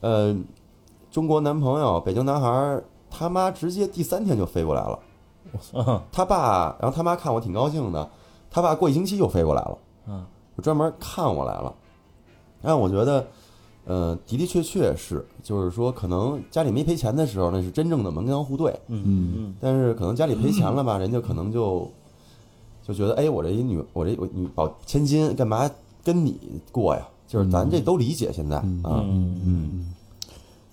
呃中国男朋友，北京男孩儿，他妈直接第三天就飞过来了。
嗯
他爸，然后他妈看我挺高兴的，他爸过一星期又飞过来了，
嗯，
专门看我来了。但我觉得，呃，的的确确是，就是说，可能家里没赔钱的时候，那是真正的门当户对，
嗯嗯
但是可能家里赔钱了吧，人家可能就就觉得，哎，我这一女，我这我女保千金，干嘛跟你过呀？就是咱这都理解现在啊，
嗯
嗯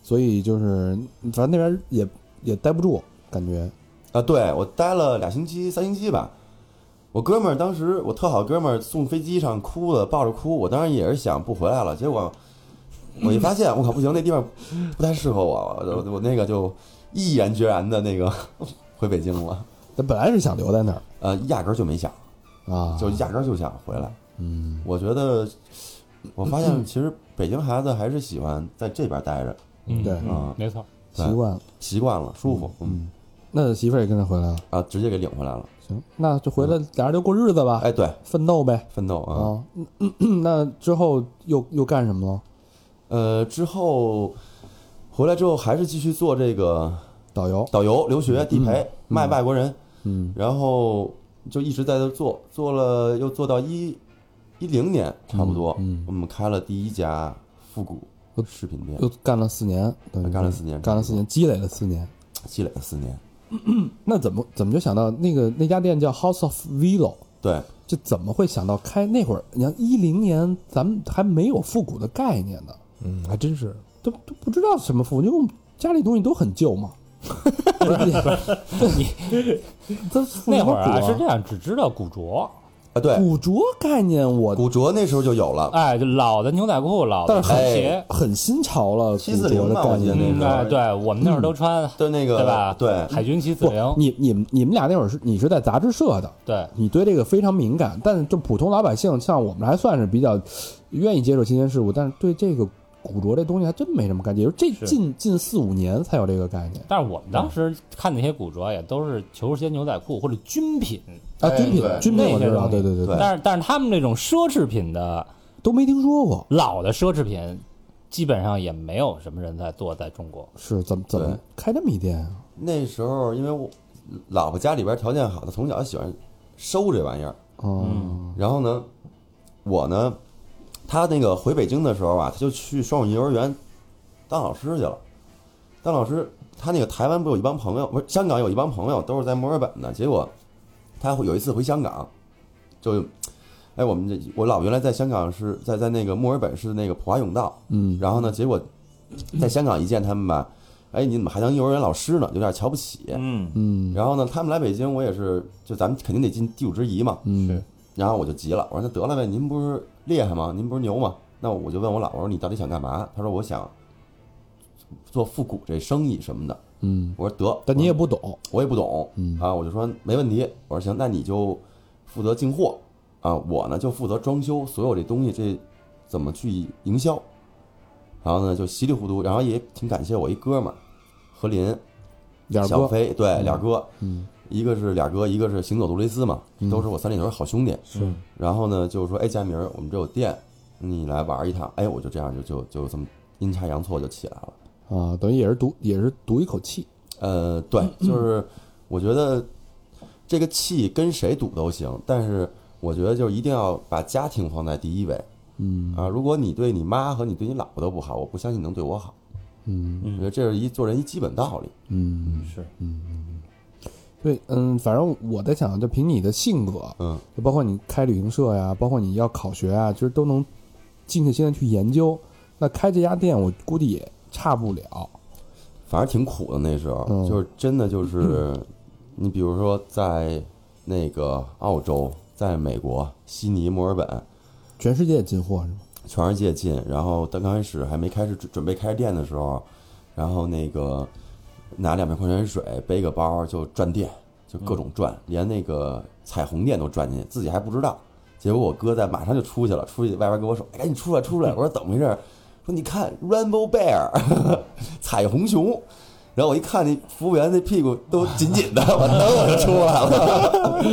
所以就是反正那边也也待不住，感觉
啊，对我待了俩星期、三星期吧。我哥们儿当时我特好哥们儿送飞机上哭了，抱着哭。我当时也是想不回来了，结果我一发现，我靠，不行，那地方不太适合我，我我我那个就毅然决然的那个回北京了。
他本来是想留在那儿
呃，压根儿就没想，
啊，
就压根儿就想回来。
嗯，
我觉得，我发现其实北京孩子还是喜欢在这边待着，
嗯
对
嗯没错，
习惯了。
习惯了，舒服，嗯
那媳妇儿也跟着回来了，
啊，直接给领回来了。
行，那就回来俩人就过日子吧，
哎，对，
奋斗呗。
奋斗啊，
啊，嗯嗯嗯那之后又又干什么了？
呃，之后回来之后还是继续做这个
导游，
导游、留学、地陪，卖外国人，
嗯
然后就一直在这做，做了又做到一一零年差不多，
嗯嗯
我们开了第一家复古饰品店
又，干了四年，等于是
干了四年
呃干了四年，积累了四年。
积累了四年。
那怎么怎么就想到那个那家店叫 House of Velo？
对，
这怎么会想到开那会儿？你看一零年，咱们还没有复古的概念呢，
嗯，还真是。
都都不知道什么复古，因为我们家里东西都很旧嘛。不 是你，这复古
那会儿
啊
啊是这样，只知道古着，
啊对，
古着概念我，
古着那时候就有
啊
了，
哎，就老的牛仔裤，老的
但是很哎
拖鞋，
很新潮了，古着
740
的
吧
概
我记得
念。啊
嗯，
那会
哎，
儿
对我们那会儿都穿，
对那个
对吧？
对
海军七四
嗯不
零，，
你你们你们俩那会儿是你是在杂志社的，
对，
你对这个非常敏感，但是就普通老百姓，像我们还算是比较愿意接受新鲜事物，但是对这个古着这东西还真没什么概念，就这
是
近近四五年才有这个概念
但是我们当
嗯
时看那些古着也都是球鞋、牛仔裤或者军品，
啊。
哎
军品
对，
军品我
那些
知道，
东
对
西
对对
对
但是但是他们这种奢侈品的
都没听说过。
老的奢侈品，基本上也没有什么人在做，在中国。
是怎么怎么
对
开这么一店啊？
那时候因为我老婆家里边条件好，她从小就喜欢收这玩意儿。
哦、
然后呢，我呢，她那个回北京的时候啊，她就去双语幼儿园当老师去了。当老师，她那个台湾不有一帮朋友，不是香港有一帮朋友都是在墨尔本的。结果她会有一次回香港，就，哎，我们这我老原来在香港是在在那个墨尔本是那个普华永道，
嗯，
然后呢，结果在香港一见他们吧，哎，你怎么还当幼儿园老师呢？有点瞧不起。
嗯，
嗯
然后呢，他们来北京，我也是，就咱们肯定得尽地主之谊嘛。
嗯
然后我就急了，我说那得了呗，您不是厉害吗？您不是牛吗？那我就问我老婆，我说你到底想干嘛？她说我想做复古这生意什么的。
嗯，
我说得，
但你也不懂，
我也不懂，啊，我就说没问题。我说行，那你就负责进货啊，我呢就负责装修，所有这东西这怎么去营销。然后呢就稀里糊涂，然后也挺感谢我一哥们儿何林，
点儿
小
哥，
飞，对，俩哥，
嗯，
一个是俩哥，一个是行走杜蕾斯嘛，都是我三里屯好兄弟。
是，
然后呢，就是说，哎，佳明儿，我们这有店，你来玩一趟。哎，我就这样就就就这么阴差阳错就起来了。
啊，等于也是赌，也是赌一口气，
呃，对，就是我觉得这个气跟谁赌都行，但是我觉得就是一定要把家庭放在第一位
嗯
啊。如果你对你妈和你对你老婆都不好，我不相信你能对我好。
嗯
我觉得这是一做人一基本道理。
嗯，
是，
对，嗯，反正我在想，就凭你的性格，
嗯，
就包括你开旅行社呀，包括你要考学啊，其实都能静下心来去研究。那开这家店，我估计也差不了，
反正挺苦的那时候，
嗯
就是真的就是，你比如说在那个澳洲，在美国悉尼、墨尔本，
全世界进货是吗？
全世界进。然后刚开始还没开始准准备开店的时候，然后那个拿两瓶矿泉水，背个包就转店，就各种转，连那个彩虹店都转进去，自己还不知道。结果我哥在马上就出去了，出去外边跟我说：“哎，赶紧出来，出来！”我说：“怎么回事？”说：“你看 Rainbow Bear，彩虹熊。”然后我一看那服务员那屁股都紧紧的，我等我就出来了，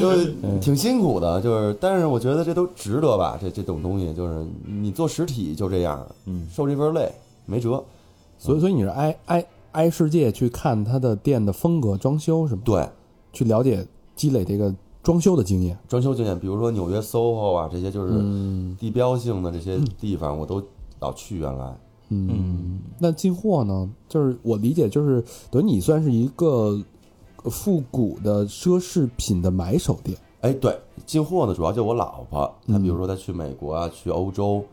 就是挺辛苦的，就是但是我觉得这都值得吧，这这种东西就是你做实体就这样，
嗯，
受这份累没辙。
所以，所以你是挨挨挨世界去看他的店的风格、装修什么，
对，
去了解、积累这个装修的经验。
装修经验，比如说纽约 SOHO 啊，这些就是
嗯
地标性的这些地方，我都老去原来。
嗯，那进货呢？就是我理解，就是等于你算是一个呃复古的奢侈品的买手店。
哎，对，进货呢，主要就我老婆，她比如说她去美国啊，去欧洲，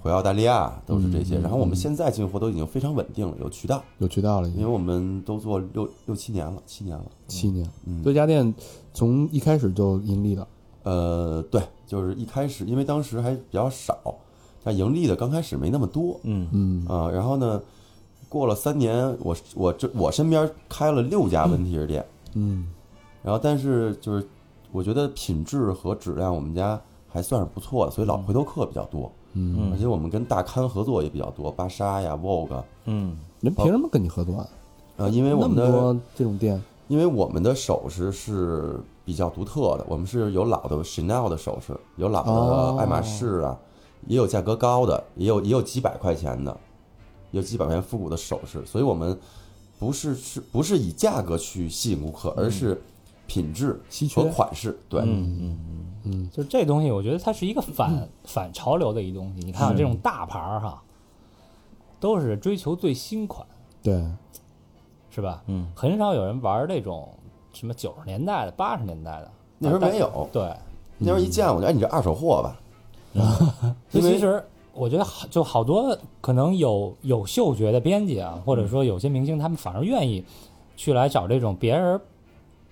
回澳大利亚都是这些。然后我们现在进货都已经非常稳定了，有渠道，
有渠道了，已
因为
经
我们都做六六七年了，七年了。
七年，
嗯
所以家店从一开始就盈利了。
呃，对，就是一开始因为当时还比较少，但盈利的刚开始没那么多，
嗯，
嗯
啊，然后呢，过了三年，我我这我身边开了六家文体儿店，
嗯，
然后但是就是我觉得品质和质量我们家还算是不错的，所以老回头客比较多，
嗯，
而且我们跟大刊合作也比较多，芭莎呀、Vogue，啊
嗯，
人凭什么跟你合作啊？
呃，因为我
那
们
么
的
多这种店，
因为我们的首饰是比较独特的，我们是有老的 Chanel 的首饰，有老
哦
的爱马仕啊，也有价格高的，也有也有几百块钱的，有几百块钱复古的首饰，所以我们不是是不是以价格去吸引顾客，而是品质
嗯稀缺嗯
和款式。对，
就是这东西，我觉得它是一个反反潮流的一东西。你看啊这种大牌儿
嗯
哈，都是追求最新款，
对，
是吧？
嗯，
很少有人玩儿那种什么九十年代的、八十年代的，
那时候
但
没
啊
有
对，
那时候一见我就哎，你这二手货吧，
所以
因为
其实我觉得好，就好多可能有有嗅觉的编辑啊，或者说有些明星，他们反而愿意去来找这种别人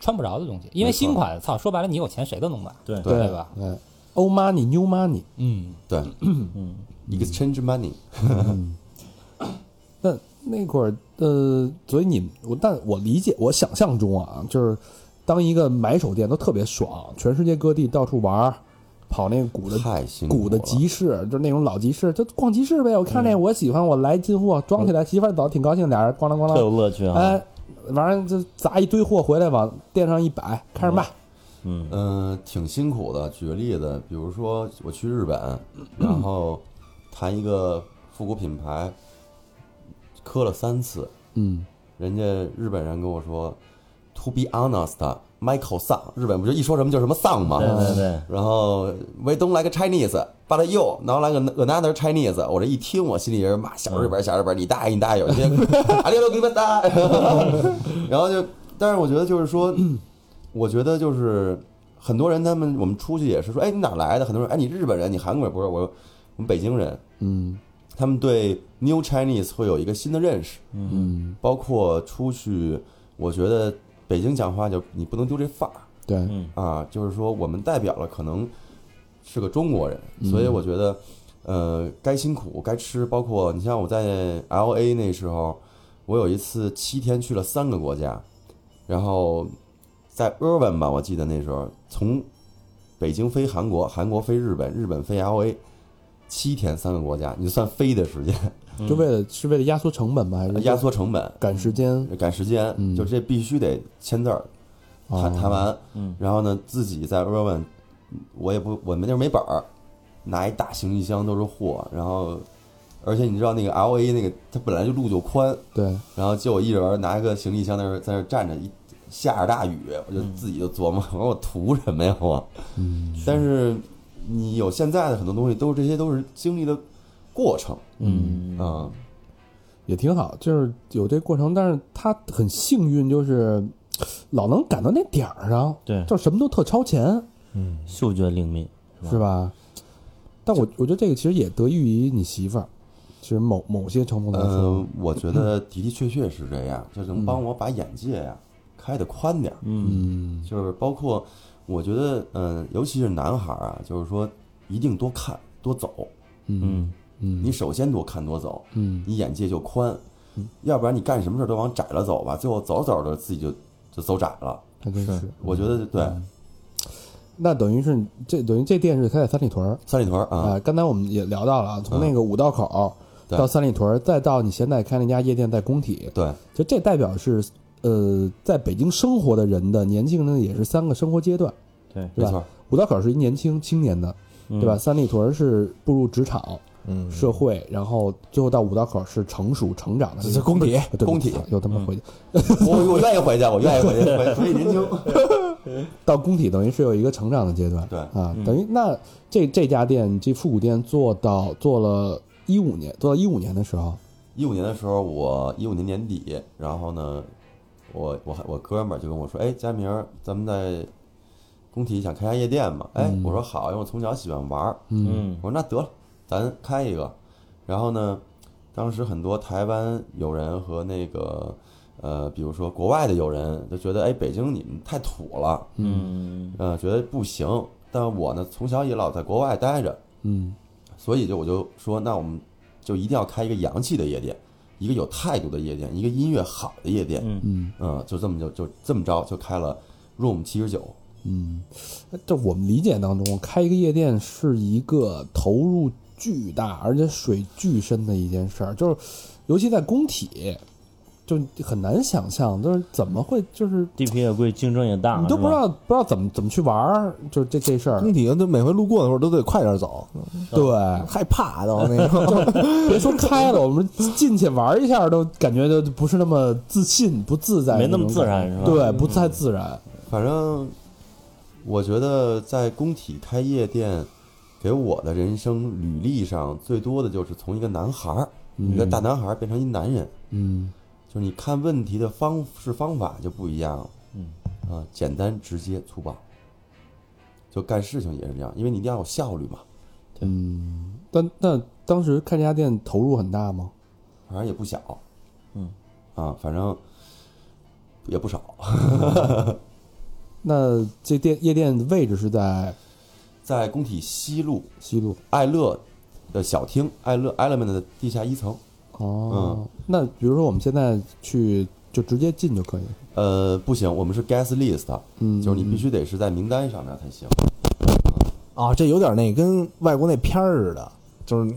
穿不着的东西，因为
没错
新款，操，说白了，你有钱谁都能买，
对，
对
吧？
哎，old money new money。
嗯，
对，一个 change money，
那那会儿，呃，所以你我，但我理解，我想象中啊，就是当一个买手店都特别爽，全世界各地到处玩儿，跑那个古的
太辛苦了
古的集市，就是那种老集市，就逛集市呗。我看那
嗯
我喜欢，我来进货，装起来，媳妇儿走挺高兴，俩人咣啷咣
特有
啷，
乐趣啊！
哎，完了就砸一堆货回来，往店上一摆，开始卖。
嗯，
嗯，挺辛苦的。举个例子，比如说我去日本， 然后谈一个复古品牌，磕了三次，
嗯，
人家日本人跟我说，To be honest，Michael 丧，日本不就一说什么就是什么丧吗？
对对对，
然后 We don't like Chinese，but you now like another Chinese。我这一听，我心里人骂小日本，小日本，你大爷，你大爷，有些阿里都给你们打。然后就，但是我觉得就是说，我觉得就是很多人他们我们出去也是说，哎，你哪来的？很多人，哎，你日本人，你韩国人，不是我，我们北京人，嗯，他们对 New Chinese 会有一个新的认识，嗯，包括出去，我觉得北京讲话就你不能丢这范儿，
对，
啊，就是说我们代表了可能是个中国人，所以我觉得，呃，该辛苦该吃，包括你像我在 L A 那时候，我有一次七天去了三个国家，然后在 Irvine 吧，我记得那时候从北京飞韩国，韩国飞日本，日本飞 L A，七天三个国家，你就算飞的时间，
就为了是为了压缩成本吗？还是
嗯压缩成本，
赶时间？
赶时间，
嗯
就这必须得签字儿，
哦
谈谈完，然后呢自己在 Urban，我也不我们那儿没本儿，拿一大行李箱都是货，然后而且你知道那个 L A 那个它本来就路就宽，
对，
然后就我一人拿一个行李箱在那儿在那儿站着，一下着大雨，我就自己就琢磨，我 说我图什么呀我？
嗯
但是你有现在的很多东西，都是这些都是经历的过程，嗯啊，
也挺好，就是有这过程，但是他很幸运，就是 老能赶到那点儿上，
对
就什么都特超前，
嗅觉灵敏，
是吧？但我我觉得这个其实也得益于你媳妇儿，其实某某些程度来说
呃，，我觉得的的确确是这样，就能帮我把眼界呀、开得宽点儿。
嗯，
就是包括我觉得，嗯、尤其是男孩儿啊，就是说一定多看多走。
嗯
你首先多看多走，
嗯，
你眼界就宽，要不然你干什么事儿都往窄了走吧，最后走着走着自己就就走窄了。
还真是。
我觉得对，
嗯那等于是你这等于这店是开在三里屯儿
三里屯儿啊，
啊，刚才我们也聊到了啊，从那个五道口
对
到三里屯儿，再到你现在开那家夜店在工体，
对
就这代表是呃，在北京生活的人的年轻人也是三个生活阶段，
对
对
没
吧
错？
五道口是一年轻青年的，对吧？三里屯是步入职场、
嗯，
社会，然后最后到五道口是成熟成长的
这
那
是
个。
工体，
啊对不起
工体
又他妈回去
我我愿意回去，我愿意回去，回回去年轻。
到工体，等于是有一个成长的阶段。
对
啊，等于那这这家店，这复古店做到做了一五年，做到一五年的时候，
一五年的时候，我一五年年底，然后呢，我我还我哥们儿就跟我说，哎，佳明儿，咱们在工体想开家夜店嘛？哎，我说好，因为我从小喜欢玩儿。
嗯
我说那得了，咱开一个。然后呢，当时很多台湾友人和那个呃，比如说国外的友人就觉得，哎，北京你们太土了，
嗯
呃，觉得不行。但我呢，从小也老在国外待着，
嗯
所以就我就说，那我们就一定要开一个洋气的夜店，一个有态度的夜店，一个音乐好的夜店。
嗯
嗯
嗯，就这么就就这么着就开了 Room 七十九。
嗯，这我们理解当中，开一个夜店是一个投入巨大而且水巨深的一件事儿，就是尤其在工体，就很难想象，就是怎么会就是
，DP 也贵，竞争也大，
你都不知
是吧
道不知道怎么怎么去玩儿，就这这事儿
工。体都每回路过的时候都得快点走，
对，
害怕都那种。
别说开了，我们进去玩一下都感觉就不是那么自信、不自在，
没那么自然是吧嗯
对，不太自然。
反正我觉得在工体开夜店，给我的人生履历上最多的就是从一个男孩儿，一个大男孩儿变成一男人，
嗯
就是你看问题的方式方法就不一样了。嗯，啊，简单直接粗暴，就干事情也是这样，因为你一定要有效率嘛。
嗯，但但当时开这家店投入很大吗？
反正也不小，嗯，啊，反正也不少，
那这店夜店的位置是在
在工体西路
西路
爱乐的小厅，爱乐 Element 的地下一层，
嗯
哦。那比如说我们现在去就直接进就可以。
呃，不行，我们是 guest list，
嗯，
就是你必须得是在名单上面才行。
啊，这有点那跟外国那片儿似的，就是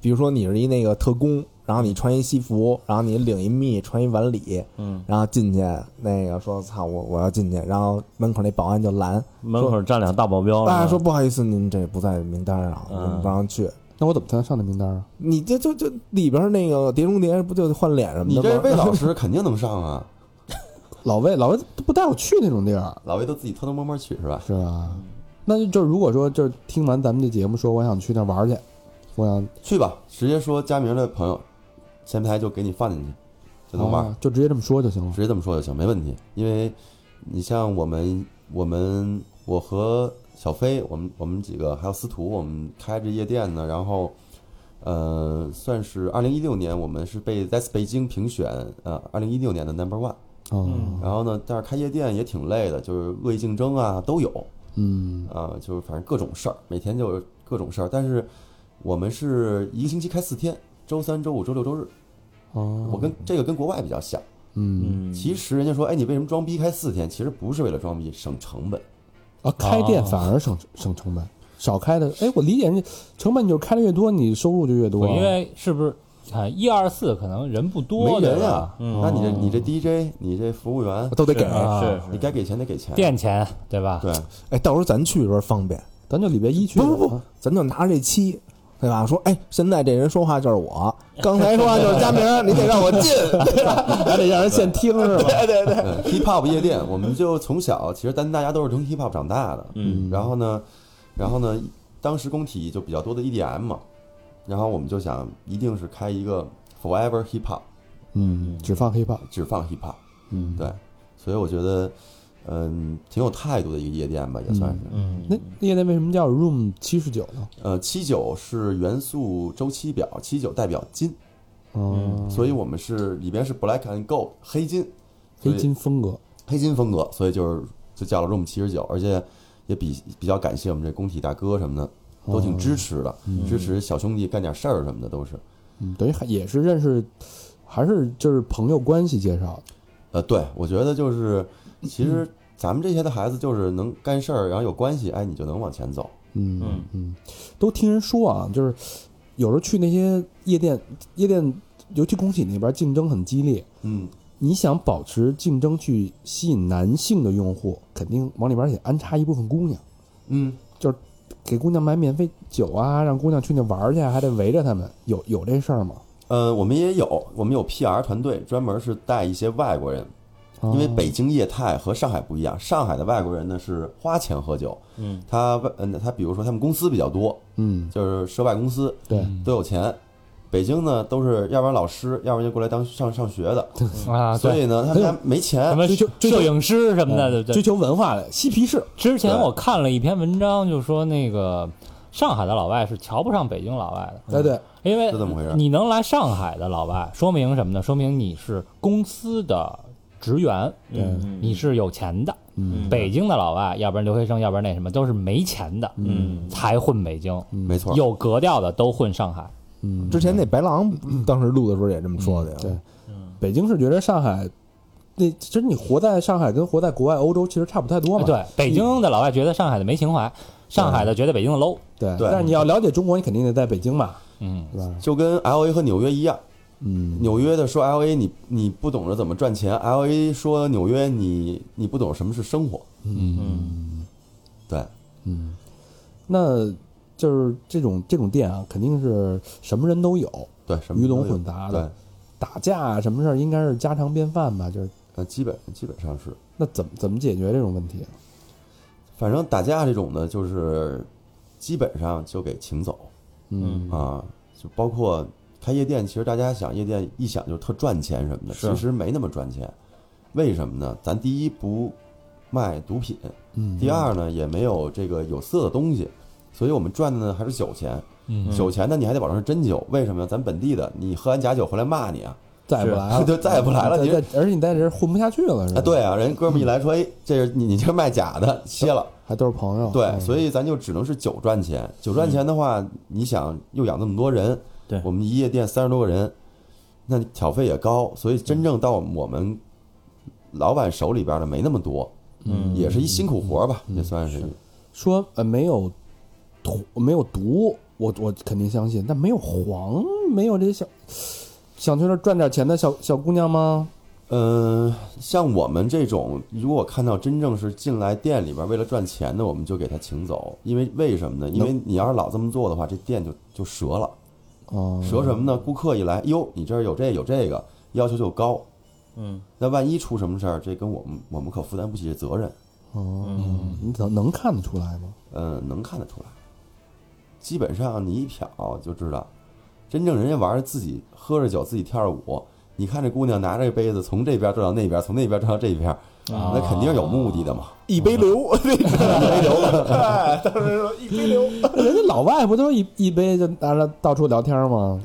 比如说你是一那个特工，然后你穿一西服，然后你领一密，穿一晚礼，
嗯，
然后进去那个说操我我要进去，然后门口那保安就拦，
门口站俩大保镖，
大家说
哦是吧
不好意思，您这不在名单上，
嗯
我们不让去。
那我怎么才能上那名单啊？
你这就就里边那个《碟中谍》不就换脸什么
你
的吗？
这魏老师肯定能上啊，
老魏，老魏都不带我去那种地儿，
老魏都自己偷偷摸摸去是吧？
是吧？那就就是如果说就是听完咱们这节目说我想去那儿玩去，我想
去吧，直接说佳明的朋友，前台就给你放进去，就能玩，
啊就直接这么说就行了。
直接这么说就行，没问题。因为你像我们，我们我和小飞，我们我们几个还有司徒，我们开着夜店呢，然后。呃，算是二零一六年，我们是被在北京评选呃二零一六年的 number one。
哦，
然后呢，但是开夜店也挺累的，就是恶意竞争啊都有
嗯，
啊、就是反正各种事儿，每天就是各种事儿。但是我们是一个星期开四天，周三、周五、周六、周日。
哦，
我跟这个跟国外比较像，
嗯
嗯，
其实人家说，哎，你为什么装逼开四天？其实不是为了装逼，省成本。
啊，开店
哦
反而省省成本，少开的。哎，我理解人家成本，你就是开的越多，你收入就越多
我
啊。
因为是不是看一二四可能人不多，
没人
对
啊
吧，
那你这你这 DJ，你这服务员，
都得给。
啊
是哦哎是
你该给钱得给钱。
垫钱对吧？
对，
哎，到时候咱去的时候方便，
咱就礼拜一去。
不不不，咱就拿着这期，对吧？说，哎，现在这人说话就是我，刚才说话就是佳明，你得让我进，
还得让人现听是吧？
嗯 hip hop 夜店，我们就从小其实咱大家都是从 hip hop 长大的，
嗯，
然后呢，然后呢，当时工体就比较多的 EDM 嘛，然后我们就想一定是开一个 forever hip hop，
嗯，只放 hiphop。
只放 hip hop，
嗯，
对，所以我觉得，嗯，挺有态度的一个夜店吧，也算是。
嗯，
那夜店为什么叫 Room 七十九呢？
呃，七九是元素周期表，七九代表金，嗯
哦，
所以我们是里边是 black and gold 黑金，所
黑
以
金风格。
黑金风格，所以就是就叫了 room 七十九，而且也比比较感谢我们这工体大哥什么的，都
哦
挺支持的，支持小兄弟干点事儿什么的都是。
嗯，等于还也是认识，还是就是朋友关系介绍。
呃，对，我觉得就是其实
嗯
咱们这些的孩子就是能干事儿，然后有关系，哎，你就能往前走。
嗯嗯，都听人说啊，就是有时候去那些夜店，夜店尤其工体那边竞争很激烈，
嗯，
你想保持竞争去吸引男性的用户，肯定往里边也安插一部分姑娘，
嗯，
就是给姑娘买免费酒啊，让姑娘去那玩儿去，还得围着他们，有有这事儿吗？
呃，我们也有，我们有 PR 团队，专门是带一些外国人，
哦
因为北京业态和上海不一样，上海的外国人呢是花钱喝酒，
嗯，
他外嗯他比如说他们公司比较多，
嗯，
就是涉外公司
对，
都有钱，北京呢都是要不然老师，要不然就过来当上上学的，
啊，
所
对，
以呢他们家没
什
钱，
么
追求追求
摄影师什么的，对不对？
追求文化的嬉皮士，
之前我看了一篇文章，就说那个上海的老外是瞧不上北京老外的，
哎对，
因为
是这么回事
你能来上海的老外，说明什么呢？说明你是公司的职员，
嗯
你是有钱的。
嗯
北京的老外，要不然留学生，要不然那什么，都是没钱的，
嗯
才混北京。
嗯没错，
有格调的都混上海，
嗯，
之前那白狼当时录的时候也这么说的呀。
对，北京是觉得上海，那其实你活在上海跟活在国外欧洲其实差不太多嘛。
哎对，北京的老外觉得上海的没情怀，上海
嗯
的觉得北京的 low。
对
对
但是你要了解中国，你肯定得在北京嘛，
嗯，
对吧？
就跟 L A 和纽约一样。
嗯，
纽约的说 L A 你你不懂得怎么赚钱，L A 说纽约你你不懂什么是生活，
嗯
对，
那就是这种这种店啊，肯定是什么人都有，
对，什么
鱼
都
龙
有
混杂
对
的，，打架啊什么事儿应该是家常便饭吧？就是
呃，基本基本上是，
那怎么怎么解决这种问题啊？
反正打架这种的，就是基本上就给请走
嗯
啊，就包括开夜店，其实大家想夜店一想就特赚钱什么的，
是
其实没那么赚钱，为什么呢？咱第一不卖毒品，
嗯，
第二呢也没有这个有色的东西，所以我们赚的呢还是酒钱。
嗯
酒钱呢，你还得保证是真酒，为什么呀？咱本地的，你喝完假酒回来骂你啊，
再不来了，
就再也不来了
在
你
在而且你在这儿混不下去了，是吧？
啊，，对啊，人哥们儿一来说，哎，这是你你这是卖假的，歇了。
还都是朋友。
对，
嗯
所以咱就只能是酒赚钱。酒赚钱的话，你想又养那么多人，
对
我们一夜店三十多个人，那挑费也高，所以真正到我们老板手里边的没那么多，
嗯
也是一辛苦活吧，也算是。
说呃没有土没有毒，我我肯定相信。但没有黄，没有这些小想去那儿赚点钱的小小姑娘吗？
嗯，像我们这种，如果看到真正是进来店里边为了赚钱的，我们就给他请走，因为为什么呢？因为你要是老这么做的话，这店就就折了。
哦、
折什么呢？顾客一来，哟，你这儿有这有这个，要求就高。
嗯，
那万一出什么事儿，这跟我们我们可负担不起这责任。
哦，你能能看得出来吗？
嗯，能看得出来。基本上你一瞟就知道，真正人家玩儿自己喝着酒自己跳着舞，你看这姑娘拿着杯子从这边转到那边，从那边转到这边，那肯定是有目的的嘛。
一杯流，那个
人家老外不都一一杯就拿着到处聊天吗？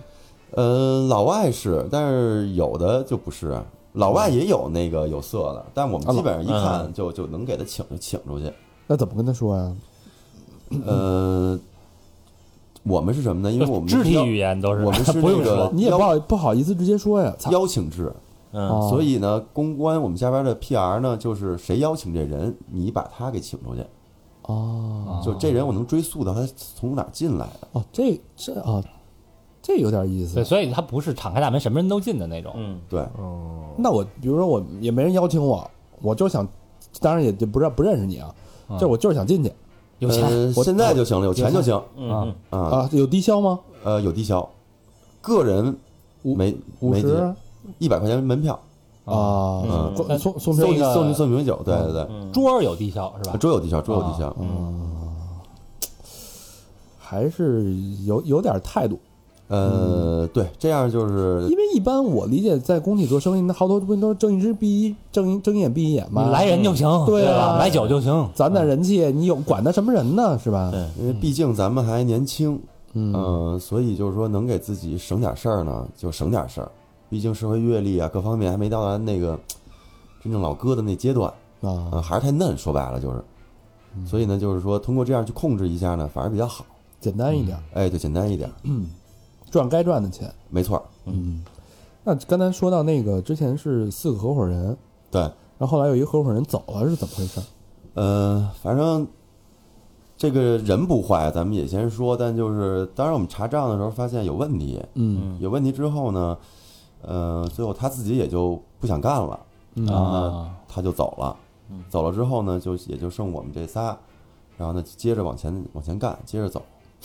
呃，老外是，但是有的就不是。啊老外也有那个有色的，但我们基本上一看就就能给他请就请出去。
那怎么跟他说呀？
呃，我们是什么呢？因为我们
肢体
要
语言都是
我们 是
不用
哦那个
说，
你也不好不好意思直接说呀。啊操！
邀请制，
嗯
哦
所以呢，公关我们下边的 PR 呢，就是谁邀请这人，你把他给请出去。
哦
就这人，我能追溯到他从哪儿进来的。
哦，这这啊，这有点意思
对，。所以他不是敞开大门什么人都进的那种。
嗯，
对，
那我比如说我也没人邀请我，我就想，当然也就不认不认识你啊，
嗯
就我就是想进去
有钱
呃
我
现在就行了，有钱就行
嗯
啊。
啊。有低消吗？
呃，有低消，个人
五
没
五
没
十
一百块钱门票，
啊，
嗯
送送送
送
瓶
你
那个
送你送你瓶酒。对对对，
嗯，
桌儿有低消是吧？
桌有低消，桌有低消。
还是有有点态度，
呃，对，这样就是
因为一般我理解在工体做生意，那好多不都睁一只闭一睁一睁一眼闭一眼吗？
你来人就行，
对啊
吧？来酒就行。
咱的人气，你有管他什么人呢？是吧？
对，
因为毕竟咱们还年轻，
嗯
呃所以就是说能给自己省点事儿呢，就省点事儿。毕竟社会阅历啊，各方面还没到达那个真正老哥的那阶段，
啊
啊，还是太嫩，说白了就是。所以呢，就是说通过这样去控制一下呢，反而比较好。
简单一点，
哎，对，简单一点，
赚该赚的钱。
没错儿。
那刚才说到那个之前是四个合伙人，
对，
然后后来有一个合伙人走了，是怎么回事？
呃，反正这个人不坏，咱们也先说。但就是，当然我们查账的时候发现有问题，
嗯
有问题之后呢，呃，最后他自己也就不想干了，
嗯
然后呢，他就走了。走了之后呢，就也就剩我们这仨，然后呢，接着往前往前干，接着走。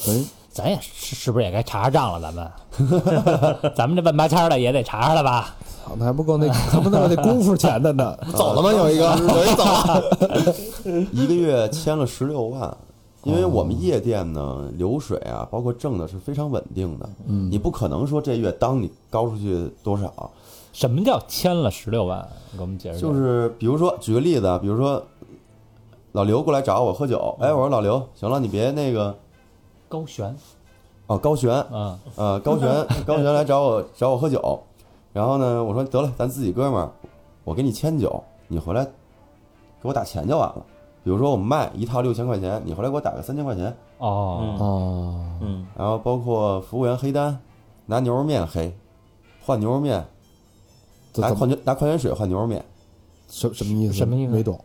等于
咱也是是不是也该查查账了？咱们，咱们这 半八千儿的也得查查了吧？
操，那还不够 那还不够那功夫钱的呢。
走了吗？有一个， 有一走了，
呃一个月签了十六万，因为我们夜店呢流水啊，包括挣的是非常稳定的，
嗯
你不可能说这月当你高出去多少，
什么叫签了十六万？给我们解释解释。
就是比如说举个例子啊，比如说老刘过来找我喝酒，哎，我说老刘，行了，你别那个
高悬，
哦，高璇，
嗯，
呃，高璇，高璇来找我找我喝酒，然后呢，我说得了，咱自己哥们儿，我给你签酒，你回来给我打钱就完了。比如说我们卖一套六千块钱，你回来给我打个三千块钱，
哦，
哦，
嗯
然后包括服务员黑单，拿牛肉面黑，换牛肉面，
这
拿
怎么
矿泉拿矿泉水换牛肉面，
什什么意思？
什么意思
没懂。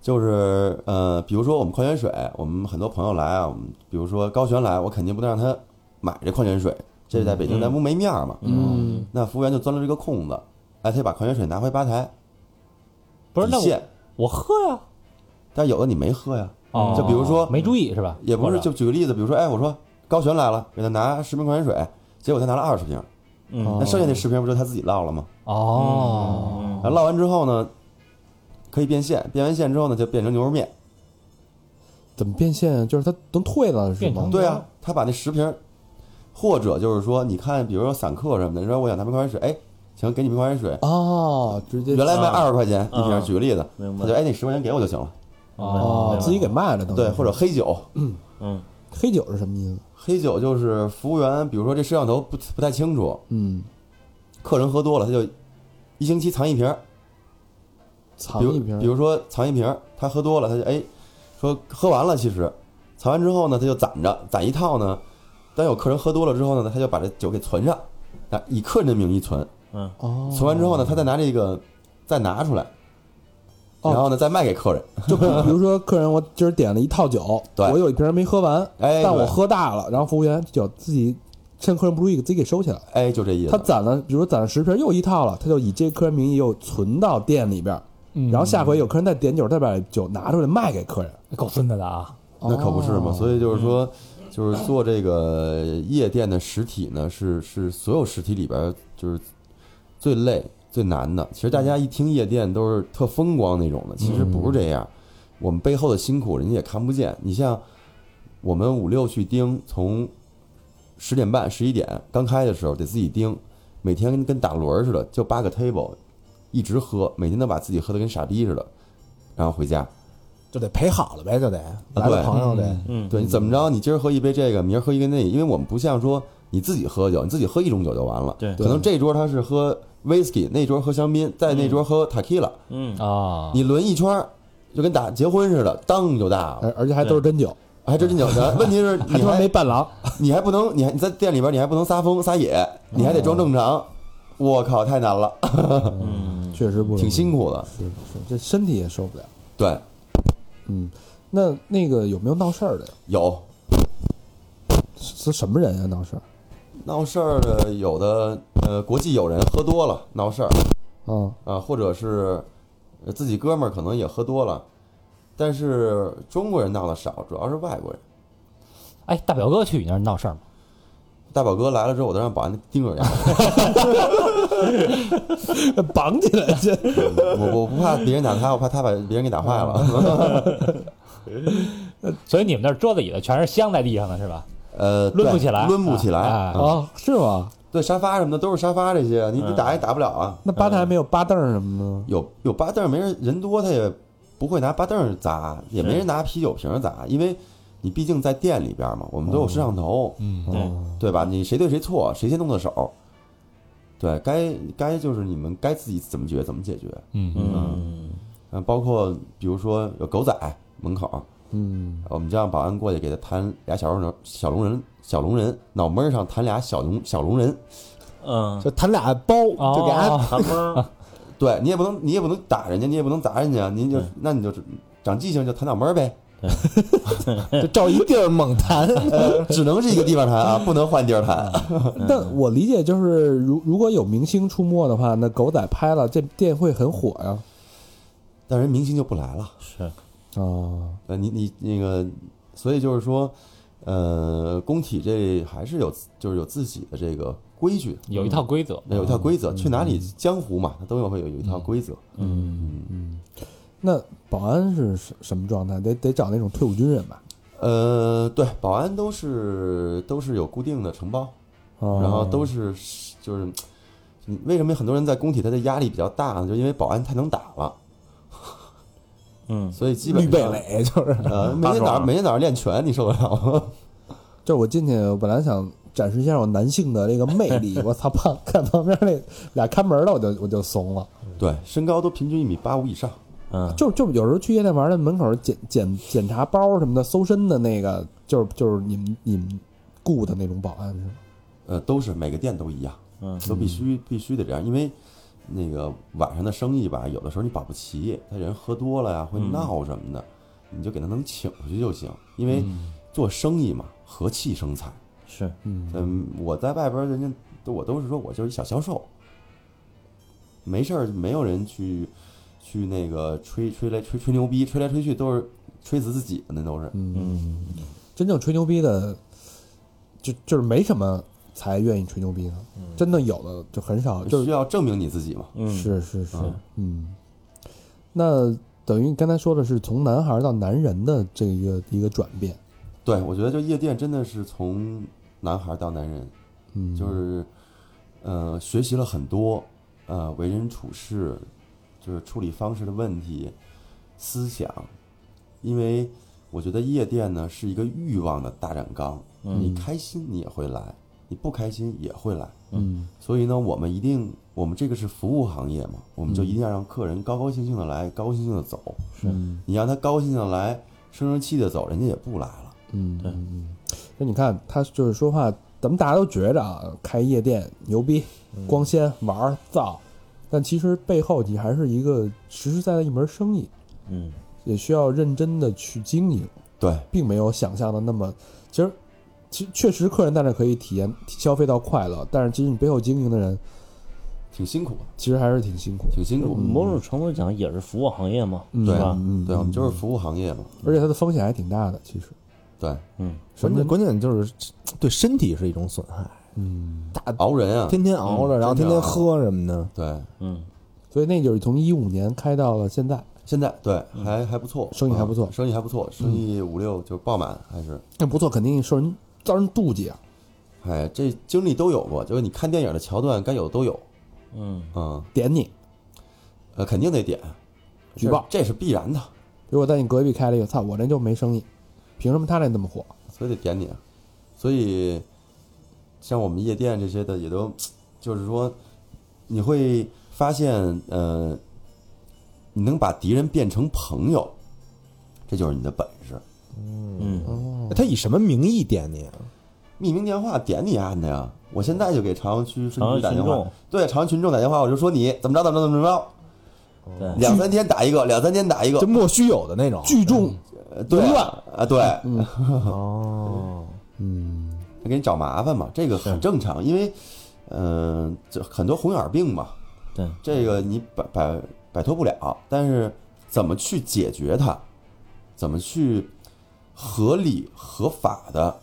就是呃，比如说我们矿泉水，我们很多朋友来啊，我们比如说高璇来，我肯定不能让他买这矿泉水，这在北京咱不没面儿嘛。
嗯，
那服务员就钻了这个空子，哎，他把矿泉水拿回吧台
不是那我
底线，
我喝呀，
但有的你没喝呀，
哦，
嗯就比如说
没注意是吧？
也不
或
是
者
就举个例子，比如说哎，我说高璇来了，给他拿十瓶矿泉水，结果他拿了二十瓶，
嗯
那剩下那十瓶不就他自己落了吗？
哦，
然后烙完之后呢，可以变现，变完现之后呢，就变成牛肉面。
怎么变现？就是他都退了是
变
吗
成？
对啊，他把那十瓶儿，或者就是说，你看，比如说散客什么的，你说我想拿瓶矿泉水，哎，行，给你瓶矿泉水。
哦，直接
原来卖
啊
二十块钱一瓶儿，
啊
举个例子，
明白
他就哎，那十块钱给我就行了。
哦，自己给卖了等于。
对，或者黑酒，
嗯
黑酒是什么意思？
黑酒就是服务员，比如说这摄像头不不太清楚，
嗯，
客人喝多了，他就一星期藏一瓶儿，
藏
比如
一瓶
比如说藏一瓶儿，他喝多了，他就哎说喝完了，其实藏完之后呢，他就攒着，攒一套呢。当有客人喝多了之后呢，他就把这酒给存上，那以客人的名义存，
嗯
哦
存完之后呢，他再拿这个再拿出来，
哦
然后呢再卖给客人。
就比比如说客人，我今儿点了一套酒，
对
我有一瓶没喝完，
哎
但
对
我喝大了，然后服务员就自己趁客人不注意给自己给收起来。
哎，就这意思。
他攒了，比如说攒了十瓶，又一套了，他就以这客人名义又存到店里边儿，然后下回有客人再点酒，再把酒拿出来卖给客人。
够孙子的啊！
那可不是
哦
嘛。所以
嗯
就是说，就是做这个夜店的实体呢，是是所有实体里边儿就是最累最难的。其实大家一听夜店都是特风光那种的，其实不是这样。
嗯
我们背后的辛苦人家也看不见。你像我们五六去盯，从十点半十一点刚开的时候得自己盯，每天跟跟打轮儿似的，就八个 table，一直喝，每天都把自己喝得跟傻逼似的，然后回家。
就得陪好了呗，就得来
对
了朋友得，
嗯，
对，你怎么着？你今儿喝一杯这个，明儿喝一杯那个，因为我们不像说你自己喝酒，你自己喝一种酒就完了。
对
可能这桌他是喝 whisky，那桌喝香槟，在那桌喝 tequila，、
嗯，
啊，
你轮一圈儿就跟打结婚似的，当就大了，
而而且还都是真酒，
还真真酒 的。问题是
还
你
他妈
还
没伴郎，
你还不能，你还你在店里边你还不能撒疯撒野，你还得装正常。我靠，太难了，
确实不容易
挺辛苦的。
是是这身体也受不了。
对，
嗯，那那个有没有闹事儿的呀？
有
是是什么人呀、闹事儿？
闹事儿的，有的呃，国际友人喝多了闹事儿，
啊、
啊，或者是呃自己哥们儿可能也喝多了，但是中国人闹的少，主要是外国人。
哎，大表哥去你那儿闹事儿吗？
大表哥来了之后，我都让保安盯着点儿，
绑起来去。
我我不怕别人打他，我怕他把别人给打坏
嗯
了。
所以你们那儿桌子椅子全是镶在地上的是吧？
呃，
抡不
对
起来
抡不起来。
啊嗯
嗯
啊，是吗？
对，沙发什么的都是沙发，这些你你打也打不了啊。
那吧台没有吧凳儿什么的吗？
有有八凳儿，没人人多，他也不会拿八凳儿砸，也没人拿啤酒瓶儿砸，因为你毕竟在店里边儿嘛，我们都有
嗯
摄像头。
对，
对吧？你谁对谁错，谁先动的手，对该该就是你们该自己怎么解决怎么解决。
嗯，
嗯，
嗯，包括比如说有狗仔门口，
嗯，
我们就让保安过去给他弹俩小龙人、小龙人、小龙人，脑门儿上弹俩小龙小龙人。
嗯，
就弹俩包，就给他
哦
寒风儿，
对你也不能你也不能打人家，你也不能砸人家，您就那你就长记性就弹脑门儿呗，
就照一地儿猛弹，
呃只能是一个地方弹啊，不能换地儿弹。
但我理解就是，如如果有明星出没的话，那狗仔拍了，这店会很火呀。
但人明星就不来了。
是，
啊，
呃，你你那个，所以就是说，呃，工体这还是有就是有自己的这个规矩，
有一套规则，
有一
嗯
套规则，去哪里江湖嘛，它都有会有有一套规则。
那保安是什什么状态？得得找那种退伍军人吧。
呃，对，保安都是都是有固定的承包，
哦
啊，
然后都是就是，你为什么很多人在工体他的压力比较大呢？就因为保安太能打了，
嗯，
所以基
绿
本
贝
上
蕾就是
呃，每天早上每天早上练拳，你受得了 吗？
就是我进去，我本来想展示一下我男性的这个魅力，我操，旁看旁边那俩看门的，我就我就怂了。
对，身高都平均一米八五以上。
嗯，
就就有时候去夜店玩的门口检检检查包什么的，搜身的那个，就是就是你们你们雇的那种保安是吗？
呃，都是每个店都一样，
嗯，
都必须必须得这样，因为那个晚上的生意吧，有的时候你保不齐，他人喝多了呀，会闹什么的，你就给他能请出去就行，因为做生意嘛，和气生财。
是，
嗯，我在外边儿，人家都我都是说我就是一小销售，没事儿，没有人去去那个吹吹来吹吹牛逼，吹来吹去都是吹死自己的，那都是。
嗯，
真正吹牛逼的，就就是没什么才愿意吹牛逼的，真的有的就很少，就
需要证明你自己嘛？啊
嗯，
是是是，嗯，那等于你刚才说的是从男孩到男人的这个一个转变，
对，我觉得就夜店真的是从男孩儿到男人，
嗯，
就是呃学习了很多，呃为人处事，就是处理方式的问题，思想，因为我觉得夜店呢是一个欲望的大染缸，你开心你也会来，你不开心也会来，
嗯
所以呢，我们一定，我们这个是服务行业嘛，我们就一定要让客人高高兴兴的来，高高兴兴的走，
嗯
你让他高高兴兴的来，生生气的走，人家也不来了。
嗯，
对
嗯，那你看他就是说话，咱们大家都觉着啊，开夜店牛逼、
嗯
光鲜、玩儿、造，但其实背后你还是一个实实在在一门生意。
嗯，
也需要认真的去经营，
对，
并没有想象的那么，其实，其实确实客人在那可以体验消费到快乐，但是其实你背后经营的人
挺辛苦的，
其实还是挺辛苦的，
挺辛苦的。
某种程度讲也是服务行业嘛，
嗯
对
是
啊
吧？
对，我们就是服务行业嘛。
而且它的风险还挺大的，其实
对，
嗯，
什
关
么
键关键就是对身体是一种损害，
嗯，
熬人啊，
天天熬着，然后
真
天天
的啊
喝什么的，
对，
嗯，
所以那就是从一五年开到了现在，
现在对还还不错，
生意还不错
啊生意还不错，生意五六就爆满，还是
那不错，肯定受人遭人妒忌啊，
哎，这经历都有过，就是你看电影的桥段该有的都有，
嗯，
嗯，
点你。
呃，肯定得点
举报
这是这是必然的，
如果在你隔壁开了一个，操，我这就没生意，凭什么他那那么火？
所以得点你啊。所以像我们夜店这些的也都，就是说你会发现，呃，你能把敌人变成朋友，这就是你的本事。
他以什么名义点你啊？
匿名电话点你按的呀！我现在就给朝阳区分
朝
局
阳
打电
群
话
众，
对朝阳群众打电话，我就说你怎么着怎么着怎么着，
对，
两三天打一个，两三天打一个
就，莫须有的那种，
聚众
呃对啊，啊对， 嗯
哦，
他给你找麻烦嘛，这个很正常，因为，嗯，这很多红眼儿病嘛，
对，
这个你摆摆摆脱不了，但是怎么去解决它，怎么去合理合法的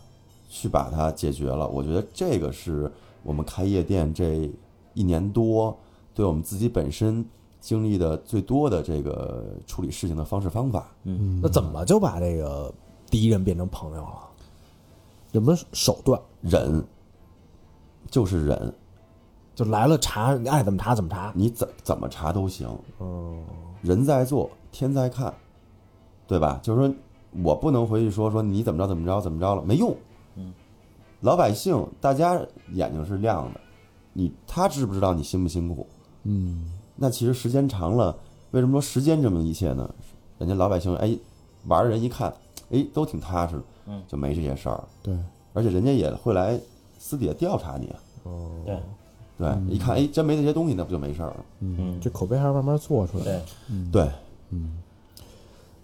去把它解决了，我觉得这个是我们开夜店这一年多对我们自己本身经历的最多的这个处理事情的方式方法。
那怎么就把这个敌人变成朋友了？
有没有手段？
忍，就是忍，
就来了查，你爱怎么查怎么查。
你怎怎么查都行。哦人在做，天在看，对吧？就是说我不能回去说说你怎么着怎么着怎么着了，没用。嗯，老百姓大家眼睛是亮的，你他知不知道你辛不辛苦？嗯，那其实时间长了，为什么说时间证明一切呢？人家老百姓哎，玩儿人一看，哎，都挺踏实，嗯，就没这些事儿。
对，
而且人家也会来私底下调查你啊。
对，
对，一看哎，真没这些东西，那不就没事儿了？
嗯，
这口碑还是慢慢做出来的。
对，
对，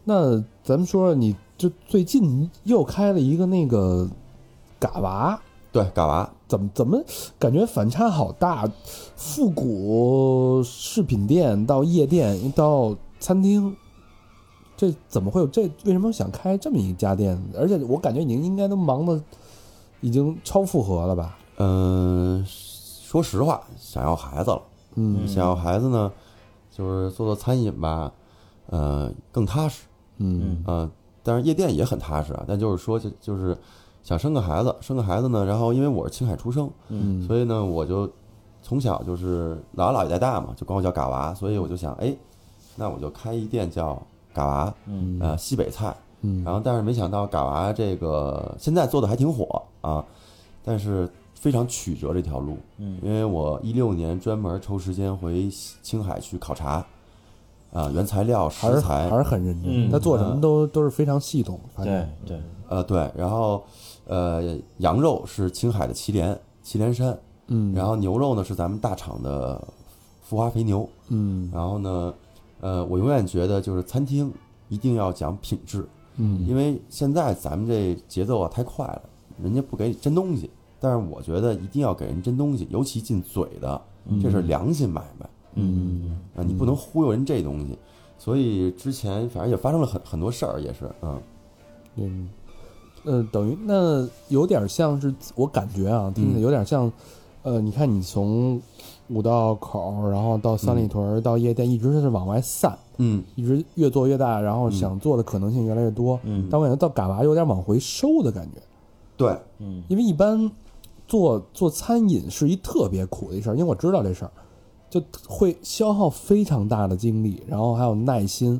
那咱们说，你这最近又开了一个那个嘎娃，
对，嘎娃，
怎么怎么感觉反差好大？复古饰品店到夜店到餐厅，这怎么会有这？为什么想开这么一家店？而且我感觉你应该都忙的已经超负荷了吧？
嗯，说实话，想要孩子了，
嗯
想要孩子呢，就是做做餐饮吧，呃，更踏实，
嗯
呃，但是夜店也很踏实啊，但就是说，就就是想生个孩子，生个孩子呢，然后因为我是青海出生，
嗯
所以呢，我就从小就是姥姥姥爷带大嘛，就管我叫嘎娃，所以我就想，哎，那我就开一店叫嘎娃，嗯，呃，西北菜，
嗯
然后但是没想到嘎娃这个现在做的还挺火啊，但是非常曲折这条路，嗯，因为我一六年专门抽时间回西青海去考察，啊，原材料、食
还是
材
还是很认真，
嗯
他做什么都都是非常系统。反正
对，对，
呃，对，然后呃，羊肉是青海的祁连，祁连山，
嗯，
然后牛肉呢是咱们大厂的福华肥牛，
嗯
然后呢，呃，我永远觉得就是餐厅一定要讲品质，
嗯，
因为现在咱们这节奏啊太快了，人家不给你真东西，但是我觉得一定要给人真东西，尤其进嘴的，这是良心买卖，嗯啊，你不能忽悠人这东西，所以之前反正也发生了很很多事儿，也是，嗯，
嗯，呃，等于那有点像是我感觉啊，听着
嗯
有点像，呃，你看你从五道口，然后到
嗯
三里屯儿，到夜店，一直是往外散，
嗯，
一直越做越大，然后想做的可能性越来越多。嗯，但我感觉到嘎娃有点往回收的感觉，
对，
因为一般做做餐饮是一特别苦的一事儿，因为我知道这事儿，就会消耗非常大的精力，然后还有耐心，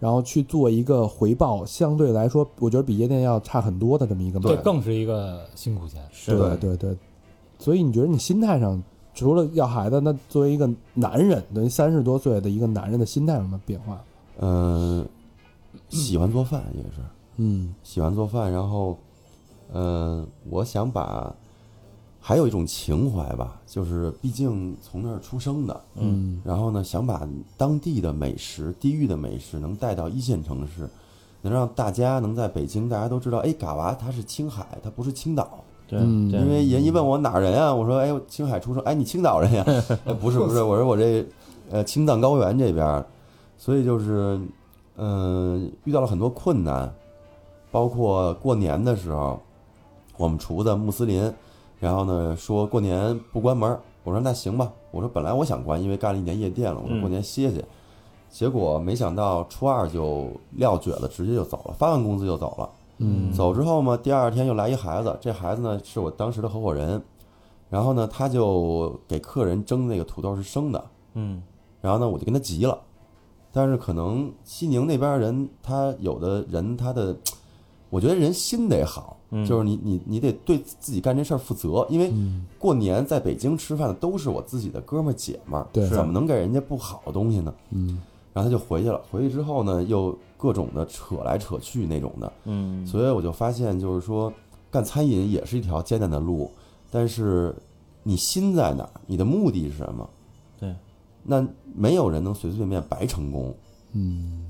然后去做一个回报，相对来说，我觉得比夜店要差很多的这么一个
对
门
这更是一个辛苦钱。
对对对对，所以你觉得你心态上，除了要孩子，那作为一个男人，等于三十多岁的一个男人的心态有什么变化？
嗯、喜欢做饭也是，
嗯
呃喜欢做饭，然后，嗯、我想把还有一种情怀吧，就是毕竟从那儿出生的，
嗯
然后呢，想把当地的美食、地域的美食能带到一线城市，能让大家能在北京，大家都知道，哎，嘎娃它是青海，它不是青岛。
对
嗯
对，
因为人一问我哪儿人啊，我说哎，我青海出生，哎，你青岛人呀、哎，不是不是，我说我这呃青藏高原这边儿，所以就是嗯、遇到了很多困难，包括过年的时候，我们厨子穆斯林，然后呢说过年不关门儿，我说那行吧，我说本来我想关，因为干了一年夜店了，我说过年歇歇，结果没想到初二就撂蹶子，直接就走了，发完工资就走了。
嗯
走之后嘛，第二天又来一孩子，这孩子呢是我当时的合伙人，然后呢他就给客人蒸那个土豆是生的，
嗯
然后呢我就跟他急了，但是可能西宁那边人他有的人他的，我觉得人心得好，
嗯
就是你你你得对自己干这事儿负责，因为
嗯
过年在北京吃饭的都是我自己的哥们儿姐们儿，
对
怎么能给人家不好的东西呢？
嗯，
然后他就回去了，回去之后呢又各种的扯来扯去那种的，
嗯，
所以我就发现，就是说干餐饮也是一条艰难的路，但是你心在哪儿，你的目的是什么？
对，
那没有人能随随便便白成功。
嗯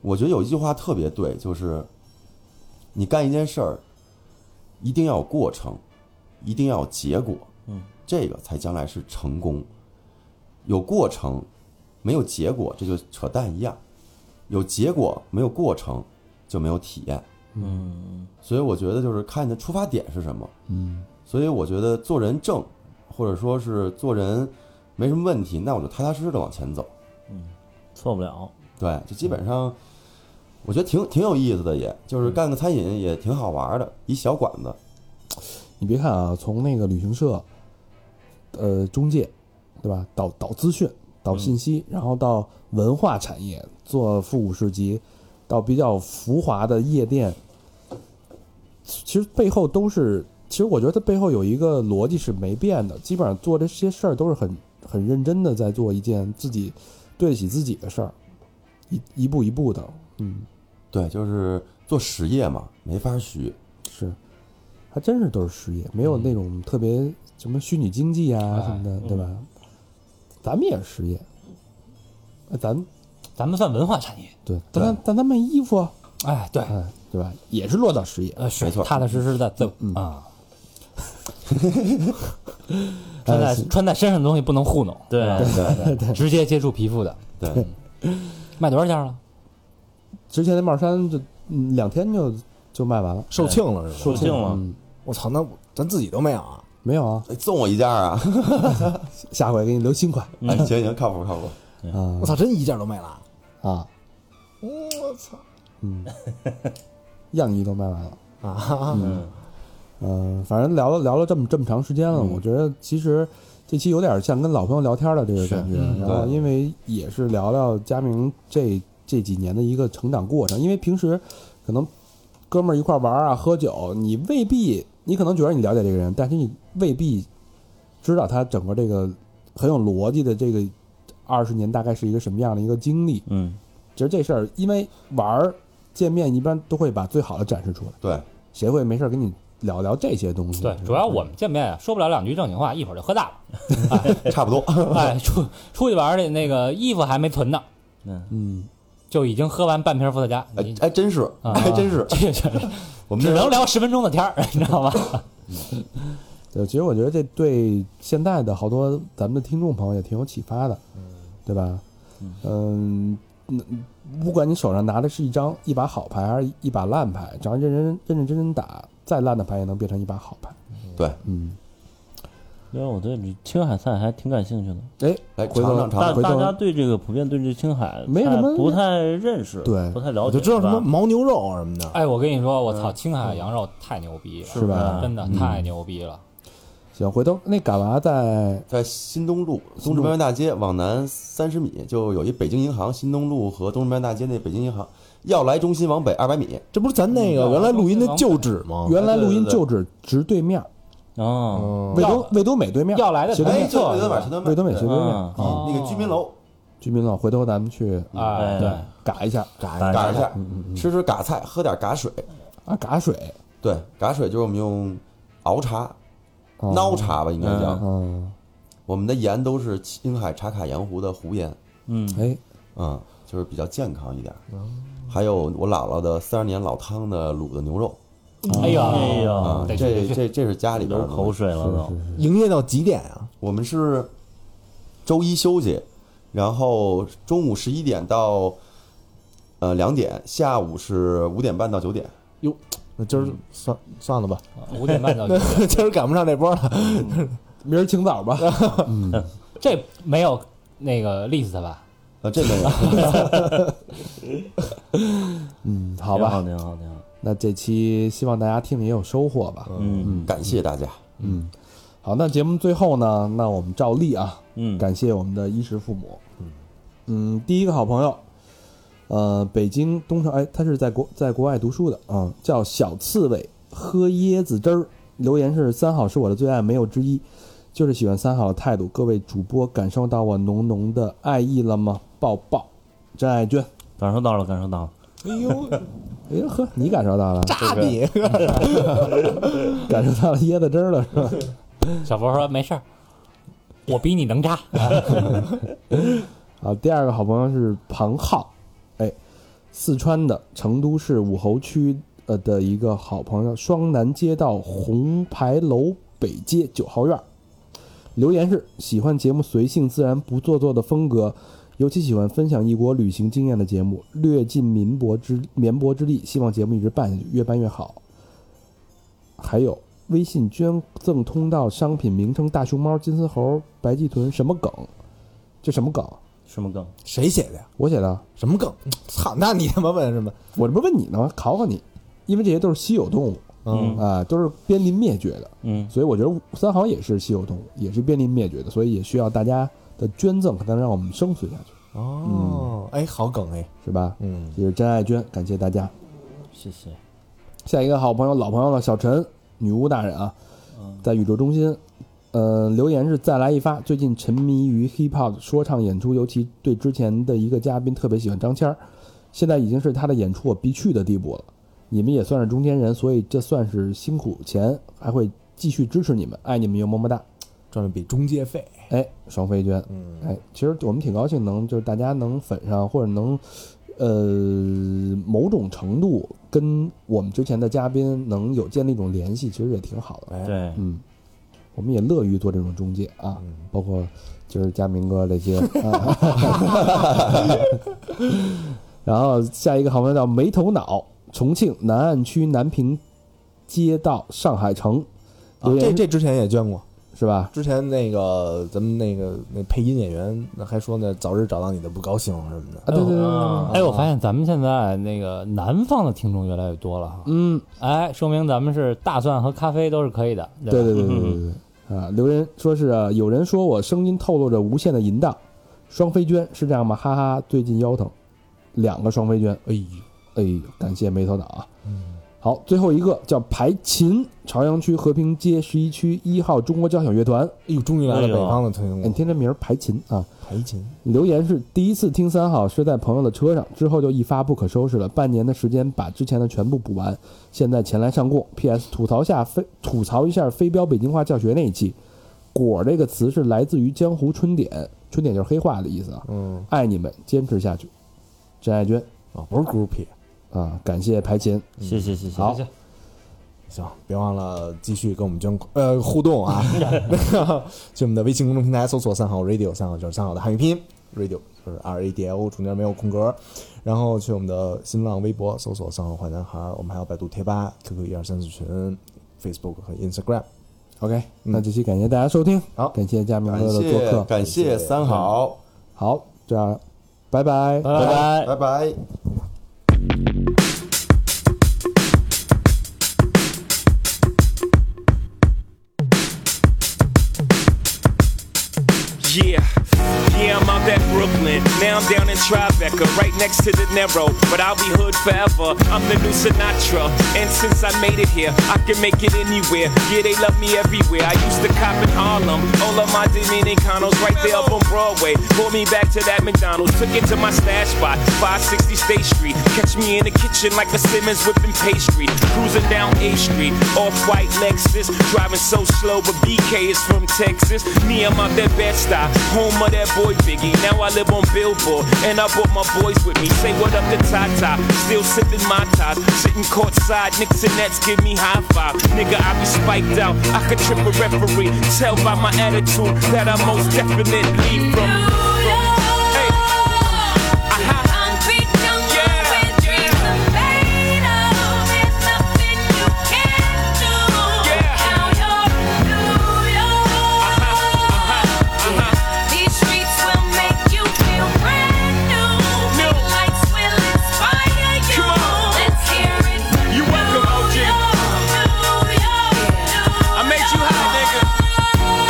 我觉得有一句话特别对，就是你干一件事儿，一定要有过程，一定要有结果，
嗯，
这个才将来是成功。有过程，没有结果，这就扯淡一样；有结果，没有过程，就没有体验。
嗯
所以我觉得就是看你的出发点是什么。
嗯
所以我觉得做人正，或者说是做人没什么问题，那我就踏踏实实的往前走。
错不了，
对，就基本上，我觉得挺挺有意思的也，就是干个餐饮也挺好玩的，一小馆子。
你别看啊，从那个旅行社，呃，中介，对吧？导导资讯、导信息，然后到文化产业做复古市集，到比较浮华的夜店，其实背后都是，其实我觉得它背后有一个逻辑是没变的，基本上做这些事儿都是很很认真的在做一件自己对得起自己的事儿，一一步一步的，嗯，
对，就是做实业嘛，没法虚。
是，还真是都是实业，没有那种特别什么虚拟经济啊
哎
什么的，对吧？咱们也是实业，哎咱们
咱们算文化产业，
对，但咱但咱卖衣服啊，
哎，对，
哎，对吧？也是落到实业。
呃，是
没错嗯
踏踏实实的走 啊。穿在穿在身上的东西不能糊弄，
对
呃对对
直接接触皮肤的，
对，
卖多少件了？
之前那帽衫就嗯两天就就卖完了，
售罄了是吧？
售罄了，
嗯
我操，那我咱自己都没有啊！
没有啊，
哎送我一件啊！
嗯
下回给你留新款
哎，行行，靠谱靠谱。
啊
我操，真一件都没了。
啊，
我操
嗯，样衣都卖完了。
啊！
嗯
嗯，反正聊了聊了这么这么长时间了，我觉得其实这期有点像跟老朋友聊天的这个感觉。然后因为也是聊聊佳明这这几年的一个成长过程，因为平时可能哥们儿一块儿玩儿啊、喝酒，你未必你可能觉得你了解这个人，但是你未必知道他整个这个很有逻辑的这个二十年大概是一个什么样的一个经历。
嗯，
其实这事儿，因为玩儿见面一般都会把最好的展示出来。
对，
谁会没事儿跟你聊聊这些
嗯
东西？
对，主要我们见面啊，说不了两句正经话，一会儿就喝大了。
差不多。
哎，出出去玩儿去，那个衣服还没存呢，
嗯，
就已经喝完半瓶伏特加，
哎
你，
哎，真是，
啊
还真是，
这这
我们
只
这
能聊十分钟的天 儿，你知道吗？
对，其实我觉得这对现在的好多咱们的听众朋友也挺有启发的，对吧？嗯，那不管你手上拿的是一张一把好牌还是一把烂牌，只要认真认认真真打，再烂的牌也能变成一把好牌。
对，
嗯，
因为我对青海菜还挺感兴趣的。
哎，
来
回
尝
头
尝尝
啊
大
尝。
回
大
头
家对这个普遍对这青海
没什么
菜不太认识，
对
不太了
我
解，
就知道什么
是吧
牦牛肉什
嗯
么的。
哎，我跟你说，我操，青海羊肉太牛逼了，
是吧
真
嗯
的太牛逼了。
行，回头那嘎娃在
在新东路东直门外大街往南三十米，就有一北京银行。新东路和东直门外大街那北京银行，要来中心往北二百米。
这不是咱那个原来录音的旧址吗？
原来录音
对对对
旧址直对面儿，
哦，
魏多魏多美对面儿，
要来的
斜对
哎，
面
没
对
错
对对，晚上
魏多美斜对面儿
嗯，
嗯
哦
那个居民楼
居民楼，回头咱们去
啊，
哎
对，
嘎一下
嘎
嘎
嘎一下，吃吃嘎菜，喝点嘎水。
啊，嘎水。
对，嘎水就是我们用熬茶，孬茶吧，应该叫。
嗯，
我们的盐都是青海茶卡盐湖的湖盐，
嗯，
哎，
嗯，就是比较健康一点。还有我姥姥的三十年老汤的卤的牛肉
哎呀，
哎
啊
呀，，
得去
这
得去
这这是家里边
流
的
口
东西。
水了都。
营业到几点啊？
我们是周一休息，然后中午十一点到呃两点，下午是五点半到九点。
那今儿算算了吧，
五点半到九点，
今儿赶不上这波了。
明儿清早吧。
这没有那个 list 吧？
呃，这个
嗯，好
挺好，
吧，
挺好，挺好。
那这期希望大家听了也有收获吧。
嗯
感谢大家，
嗯，好，那节目最后呢，那我们照例啊，
嗯，
感谢我们的衣食父母。嗯，第一个好朋友，呃，北京东城，哎，他是在国在国外读书的啊、叫小刺猬喝椰子汁儿。留言是三好是我的最爱，没有之一，就是喜欢三好的态度。各位主播感受到我浓浓的爱意了吗？抱抱，真爱娟。
感受到了，感受到了。
哎呦，
哎呦呵，你感受到了，
大你！
感受到了椰子汁儿了 是吧？
小佛说没事儿，我比你能扎。
啊，第二个好朋友是庞浩，哎，四川的成都市武侯区呃的一个好朋友，双南街道红牌楼北街九号院儿。留言是喜欢节目随性自然不做作的风格，尤其喜欢分享异国旅行经验的节目，略尽民薄之绵薄之力，希望节目一直办下去，越办越好。还有微信捐赠通道商品名称：大熊猫、金丝猴、白鳍豚，什么梗？这什么梗？
什么梗？
谁写的呀？
我写的，
什么梗？操！那你他妈问什么？
我这不是问你呢吗？考考你，因为这些都是稀有动物
嗯
啊、都是濒临灭绝的，
嗯
所以我觉得三好也是稀有动物，也是濒临灭绝的，所以也需要大家的捐赠，才能让我们生存下去，
哦，哎，好梗哎，
是吧？
嗯，
也是真爱捐，感谢大家。
谢谢。
下一个好朋友，老朋友了，小陈，女巫大人啊，在宇宙中心，呃，留言是再来一发。最近沉迷于 hip hop 说唱演出，尤其对之前的一个嘉宾特别喜欢张谦儿，现在已经是他的演出我必去的地步了。你们也算是中间人，所以这算是辛苦钱，还会继续支持你们，爱你们哟，么么哒。
赚了笔中介费。
哎，双飞娟，
嗯
哎，其实我们挺高兴能就是大家能粉上，或者能，呃，某种程度跟我们之前的嘉宾能有建立一种联系，其实也挺好的。
哎，
对，
嗯，我们也乐于做这种中介啊，
嗯
包括就是佳明哥这 些。啊、然后下一个好朋友叫没头脑，重庆南岸区南平街道上海城，
啊
留言
这
是
这之前也捐过，
是吧？
之前那个咱们那个那配音演员那还说呢，早日找到你的不高兴什么的。
啊，对对对对对，
哎，我发现咱们现在那个南方的听众越来越多了哈。
嗯。
哎，说明咱们是大蒜和咖啡都是可以的。
对
吧
对对对对对对啊！留言说是啊有人说我声音透露着无限的淫荡，双飞娟是这样吗？哈哈，最近腰疼，两个双飞娟，哎呦哎呦，感谢没头脑啊！好，最后一个叫排琴，朝阳区和平街十一区一号中国交响乐团，
哎呦，哎终于来
哎
了
呦
北方的
哎
听
你
众，
听这名儿排琴啊！
排琴，
留言是第一次听三好是在朋友的车上，之后就一发不可收拾了。半年的时间把之前的全部补完，现在前来上供。P.S. 吐槽下非吐槽一下飞镖北京话教学那一期，“果”这个词是来自于江湖春典，春典就是黑话的意思啊。
嗯，
爱你们，坚持下去，真爱娟
啊，不是 groupie，
啊！感谢排琴，
谢谢谢谢。
好
谢谢
行，别忘了继续跟我们捐款呃互动啊，去我们的微信公众平台搜索“三好 radio”，三好就是三好的汉语拼音，radio 就是 R A D I O，中间没有空格。然后去我们的新浪微博搜索“三好坏男孩”，我们还有百度贴吧、QQ 一二三四群、Facebook 和 Instagram。
OK，、那这期感谢大家收听，
好
感谢佳明
感
哥的做
谢
客，
感谢三好，
好，这样，拜嗯拜。
拜拜。
拜拜。
Yeah, yeah. Now I'm out at Brooklyn. Now I'm down in Tribeca, right next to the narrow. But I'll be hood forever. I'm the new Sinatra. And since I made it here, I can make it anywhere. Yeah, they love me everywhere. I used to cop in Harlem. All of my Dominicanos right there up on Broadway. Pulled me back to that McDonald's. Took it to my stash spot, 560 State Street. Catch me in the kitchen like a Simmons whipping pastry. Cruising down A Street, off white Lexus. Driving so slow, but BK is from Texas. Me, I'm out that bed stop, home of that boy Biggie. Now I live on Billboard, and I brought my boys with me. Say what up to Tata, still sipping my ties. Sitting courtside, Knicks and Nets give me high five. Nigga, I be spiked out, I could trip a referee. Tell by my attitude that I most definitely from. Hey. Aha. You welcome, OG. I made you hot, nigga.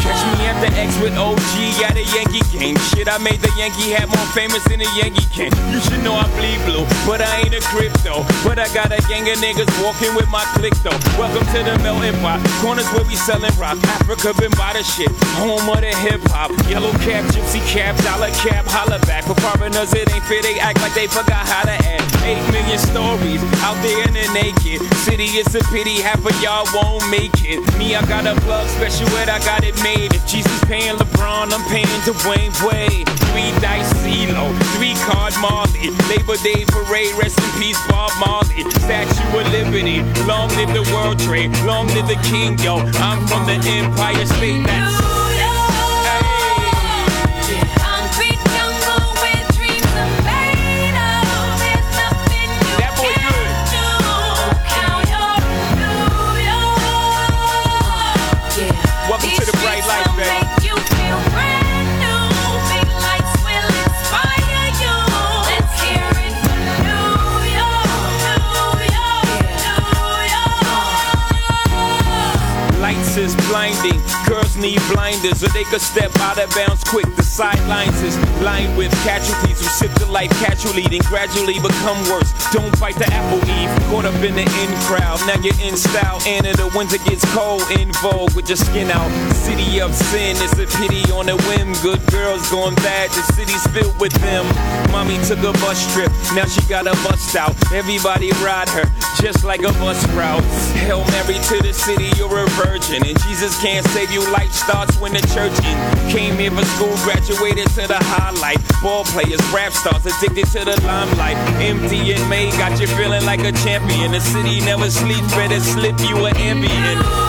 Catch me at the X with OG at a Yankee game. Shit, I made the Yankee hat more famous than a Yankee can. You should know I bleed blue, but I ain't a crypto. But I got a gang of niggas walking with my click though. Welcome to the melting pot. Corners where we selling rock. Africa been by the shit. Home of the hip hop. Yellow cap, gypsy cap, dollar cap, holla back. For foreigners, it ain't fair. They act like they forgot how to act. Eight million stories out there in the naked city. It's a pity half of y'all won't make it. Me, I got a plug special, and I got it made. If Jesus paying LeBron, I'm paying Dwayne Wade. Three dice CeeLo, three card Marley. Labor Day parade, rest in peace, Bob Marley. Statue of Liberty, long live the World Trade, long live the King, yo. I'm from the Empire State. That's Welcome to the bright life, baby. Lights is blinding, girls need blinders, or they could step out of bounds quick. The sidelines is lined with casualties who sip the life casually, then gradually become worse. Don't fight the apple eve, caught up in the in crowd. Now you're in style, and in the winter gets cold, in vogue with your skin out. City of sin, it's a pity on a whim. Good girls going bad, the city's filled with them. Mommy took a bus trip, now she got a bust out. Everybody ride her, just like a bus route. Hail Mary to the city, you're a virgin. And Jesus can't save you, life starts when the church in. Came here for school, graduated to the highlight. Ball players, rap stars, addicted to the limelight. Empty in May, got you feeling like a champion. The city never sleeps, better slip you an ambient. Uh,